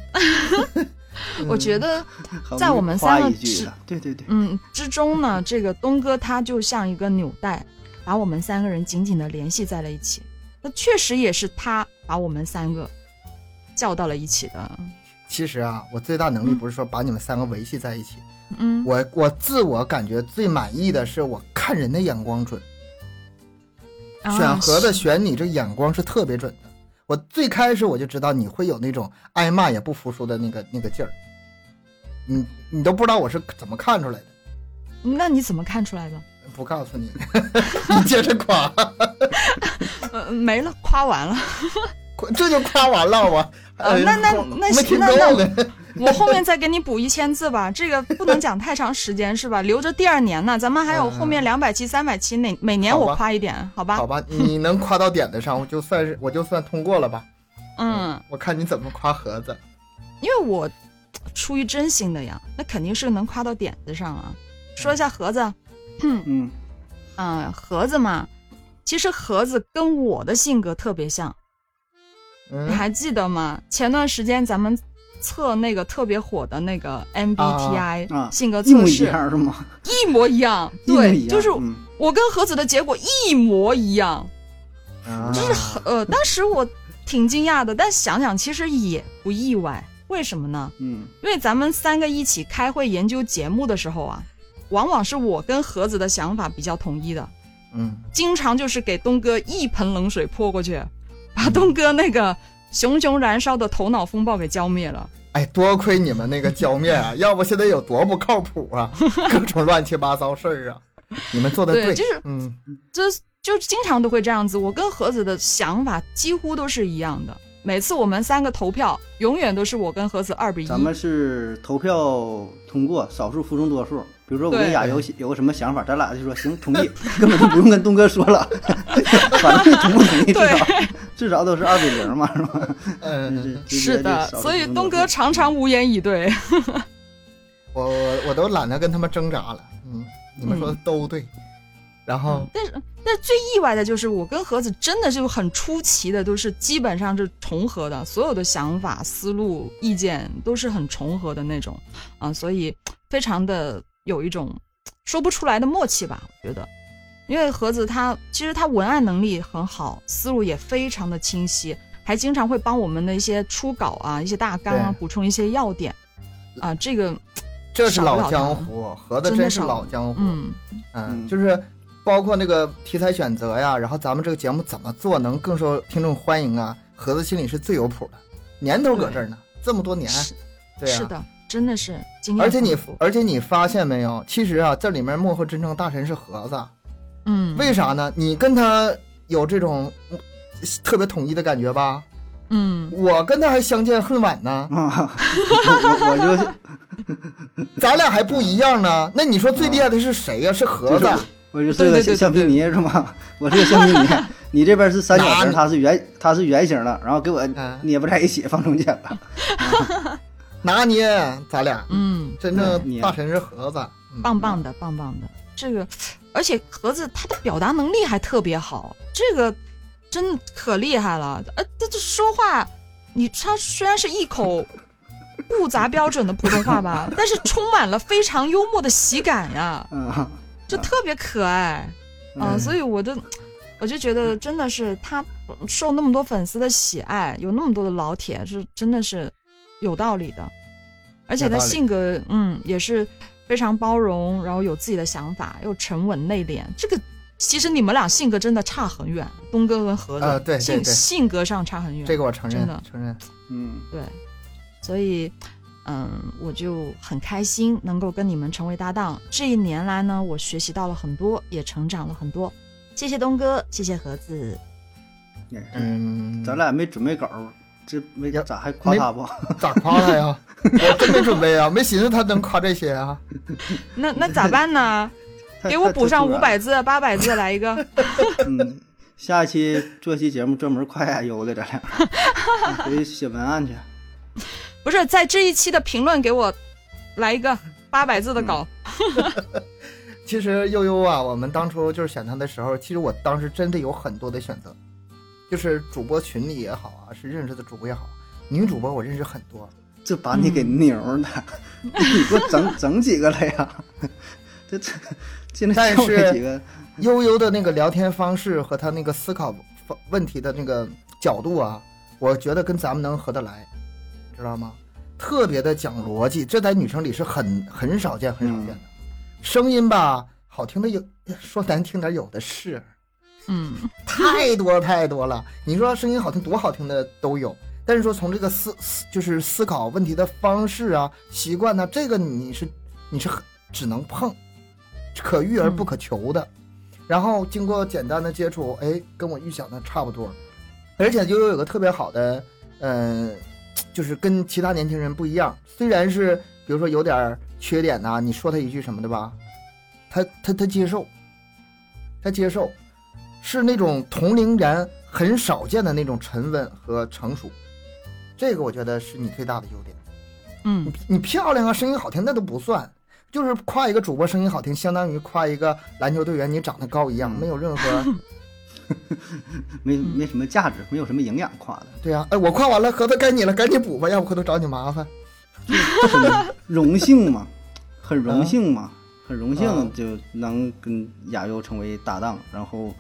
B: 我觉得
C: 很
B: 在我们三
C: 夸
B: 个
C: 一句
B: 之
C: 的，对对对，
B: 嗯，之中呢，这个东哥他就像一个纽带，把我们三个人紧紧的联系在了一起。那确实也是他把我们三个叫到了一起的。
A: 其实啊，我最大能力不是说把你们三个维系在一起，
B: 嗯，
A: 我我自我感觉最满意的是我看人的眼光准，
B: 啊
A: 选盒子选你这眼光是特别准的。我最开始我就知道你会有那种挨骂也不服输的那个那个劲儿，你你都不知道我是怎么看出来的，
B: 那你怎么看出来的？
A: 不告诉你，你接着夸，
B: 呃，没了，夸完了。
A: 夸这就夸完了我。
B: 呃
A: 哎
B: 那那
A: 我
B: 那
A: 没听
B: 那
A: 够
B: 那
A: 呢。
B: 我后面再给你补一千字 吧，这个不能讲太长时间是吧？留着第二年呢，咱们还有后
C: 嗯
B: 面两百期、三百期，哪每年
A: 好
B: 我
A: 吧
B: 夸一点，好吧？
A: 好吧，你能夸到点子上，我就算是我就算通过了吧。
B: 嗯，
A: 我看你怎么夸盒子。
B: 因为我出于真心的呀，那肯定是能夸到点子上啊。说一下盒子，
C: 嗯
B: 嗯、盒子嘛，其实盒子跟我的性格特别像，
A: 嗯
B: 你，还记得吗？前段时间咱们测那个特别火的那个 MBTI、
C: 啊
B: 性格
C: 一
B: 测
C: 模一
B: 试，
C: 样是吗？
B: 一模一样，
C: 一模
B: 对，
C: 一样
B: 就是
C: 嗯
B: 我跟盒子的结果一模一样。
A: 啊
B: 就是很呃，当时我挺惊讶的，但想想其实也不意外。为什么呢？
C: 嗯
B: 因为咱们三个一起开会研究节目的时候啊，往往是我跟盒子的想法比较统一的，
A: 嗯
B: 经常就是给东哥一盆冷水泼过去，把东哥那个熊熊燃烧的头脑风暴给浇灭了。
A: 哎，多亏你们那个浇面 啊，要不现在有多不靠谱啊，各种乱七八糟事儿啊，你们做的
B: 对
A: 对，
B: 就是
A: 嗯
B: 这就经常都会这样子。我跟盒子的想法几乎都是一样的，每次我们三个投票，永远都是我跟盒子二比一。
C: 咱们是投票通过，少数服从多数。比如说我跟
B: 对
C: 雅有有个什么想法，咱俩就说行，同意， 根本就不用跟东哥说了， 反正同不同意至少
B: 对
C: 至少都是二比零嘛，是吧？
A: 嗯，嗯
B: 是的，所以东哥常常无言以对。
A: 我我我都懒得跟他们挣扎了，嗯，你们说的都对，然后
B: 但是，但是最意外的就是，我跟盒子真的就很出奇的，都是基本上是重合的，所有的想法、思路、意见都是很重合的那种啊，所以非常的有一种说不出来的默契吧，我觉得。因为盒子他其实他文案能力很好，思路也非常的清晰，还经常会帮我们的一些初稿啊、一些大纲啊
A: 对
B: 补充一些要点啊，这个
A: 这是
B: 少不了
A: 老
B: 他
A: 江湖，盒子
B: 真
A: 真
B: 的
A: 是
B: 少
A: 老江湖，
B: 嗯
A: 嗯，
C: 嗯
A: 就是包括那个题材选择呀，然后咱们这个节目怎么做能更受听众欢迎啊？盒子心里是最有谱的，年头搁这儿呢，这么多年，
B: 嗯是
A: 对
B: 是
A: 啊。
B: 的，真的是经验
A: 而且你
B: 丰富，
A: 而且你发现没有？其实啊，这里面幕后真正大神是盒子，
B: 嗯
A: 为啥呢？你跟他有这种嗯特别统一的感觉吧？
B: 嗯。
A: 我跟他还相见恨晚呢，
C: 啊，我我我 就
A: 咱俩还不一样呢。那你说最厉害的是谁呀、是盒子。
C: 我嗯就是
B: 对对对
C: 个
B: 对
C: 橡皮泥是吗？ 我是个橡皮泥， 你这边是三角形，它是圆，它是圆形的，然后给我
A: 嗯
C: 捏不在一起，放中间了。
A: 拿捏咱俩，
B: 嗯，
A: 真正大神是盒子，嗯
B: 棒棒的，棒棒的。这个，而且盒子他的表达能力还特别好，这个真的可厉害了。呃，这这说话，你他虽然是一口不杂标准的普通话 吧，但是充满了非常幽默的喜感呀，
C: 嗯，
B: 就特别可爱。嗯、所以我就我就觉得真的是他受那么多粉丝的喜爱，有那么多的老铁，是真的是有道理的。而且
A: 有
B: 他
A: 道理
B: 性格，嗯，也是非常包容，然后有自己的想法，又沉稳内敛。这个其实你们俩性格真的差很远，东哥跟盒子、
A: 啊对对
B: 性
A: 对
B: 性格上差很远。
A: 这个我承认
B: 真的，
A: 承认。
C: 嗯，
B: 对，所以，嗯，我就很开心能够跟你们成为搭档。这一年来呢，我学习到了很多，也成长了很多。谢谢东哥，谢谢盒子。
C: 也是
A: 嗯，
C: 哎咱俩没准备稿，这没
A: 呀
C: 咋还夸 他不？
A: 咋夸他呀？我真没准备啊，没寻思他能夸这些啊。
B: 那那咋办呢？
C: 太
B: 给我补上五。
C: 太
B: 百字、八百字来一个。
C: 太突然了嗯，下一期做期节目专门夸亚优的，咱俩回去写文案去。
B: 不是，在这一期的评论给我来一个八百字的稿。
A: 其实悠悠啊，我们当初就是选他的时候，其实我当时真的有很多的选择，啊就是主播群里也好啊，是认识的主播也好，女主播我认识很多，
C: 这把你给
B: 嗯
C: 牛的， 你给我整整几个来呀？ 这这进来
A: 但
C: 就这
A: 是
C: 几个，
A: 悠悠的那个聊天方式和他那个思考方问题的那个角度啊，我觉得跟咱们能合得来，知道吗？特别的讲逻辑，这在女生里是很很少见、很少见的。声音吧，好听的有，说难听点有的是，
B: 嗯
A: 太多太多了。你说声音好听，多好听的都有。但是说从这个思思就是思考问题的方式啊、习惯呢、这个你是你是很只能碰，可遇而不可求的。然后经过简单的接触，哎，跟我预想的差不多。而且悠悠有个特别好的，嗯、就是跟其他年轻人不一样。虽然是比如说有点儿缺点呐、你说他一句什么的吧，他他他接受，他接受，是那种同龄人很少见的那种沉稳和成熟，这个我觉得是你最大的优点。
B: 嗯，
A: 你漂亮啊，声音好听那都不算，就是夸一个主播声音好听，相当于夸一个篮球队员你长得高一样，没有任何
C: 没
B: 嗯
C: 没什么价值，没有什么营养夸的，
A: 对呀、哎，我夸完了，合子该你了，赶紧补吧，要不回头找你麻烦。
C: 很荣幸嘛，很
B: 嗯
C: 荣幸嘛，很荣
A: 啊
C: 幸就能跟亚优成为搭档，然后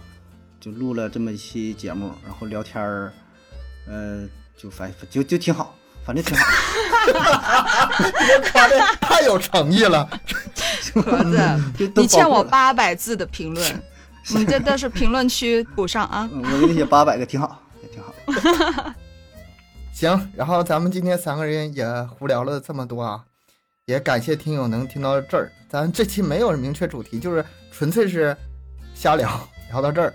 C: 就录了这么一期节目，然后聊天儿，呃，就反就就挺好，反正挺好。
A: 夸的太有诚意了，
B: 盒
C: 就
B: 子，
C: 都
B: 你欠
C: 包括
B: 我
C: 了
B: 八百字的评论，你这都是评论区补上 啊。
C: 嗯我给你写八百个，挺好，也挺好。
A: 行，然后咱们今天三个人也胡聊了这么多啊，也感谢听友能听到这儿。咱这期没有明确主题，就是纯粹是瞎聊，聊到这儿。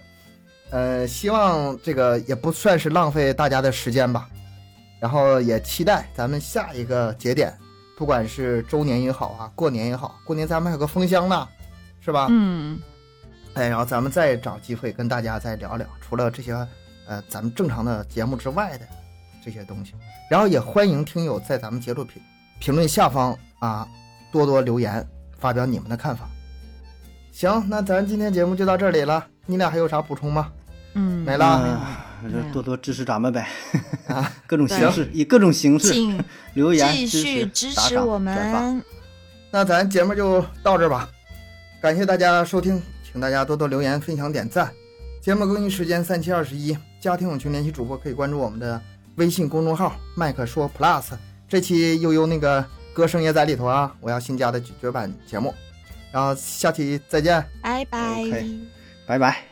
A: 呃，希望这个也不算是浪费大家的时间吧。然后也期待咱们下一个节点，不管是周年也好啊，过年也好，过年咱们还有个封箱呢，是吧？
B: 嗯，
A: 哎，然后咱们再找机会跟大家再聊聊，除了这些呃咱们正常的节目之外的这些东西，然后也欢迎听友在咱们节目评评论下方啊多多留言，发表你们的看法。行，那咱今天节目就到这里了，你俩还有啥补充吗？
B: 嗯
A: 没了，
C: 啊，就
B: 哎呀
C: 多多支持咱们呗，
A: 啊
C: 各种
B: 对
C: 形式，以各种形式
B: 请
C: 留言
B: 继续
C: 支
B: 支
C: 打
B: 持
C: 赏
B: 我
C: 转发
B: 们。
A: 那咱节目就到这儿吧，感谢大家收听，请大家多多留言、分享、点赞。节目更新时间三七二十一，加听友群联系主播可以关注我们的微信公众号“麦克说 Plus”。这期悠悠那个歌声也在里头啊，我要新加的绝版节目，然后下期再见。
B: 拜拜。
C: OK 拜拜。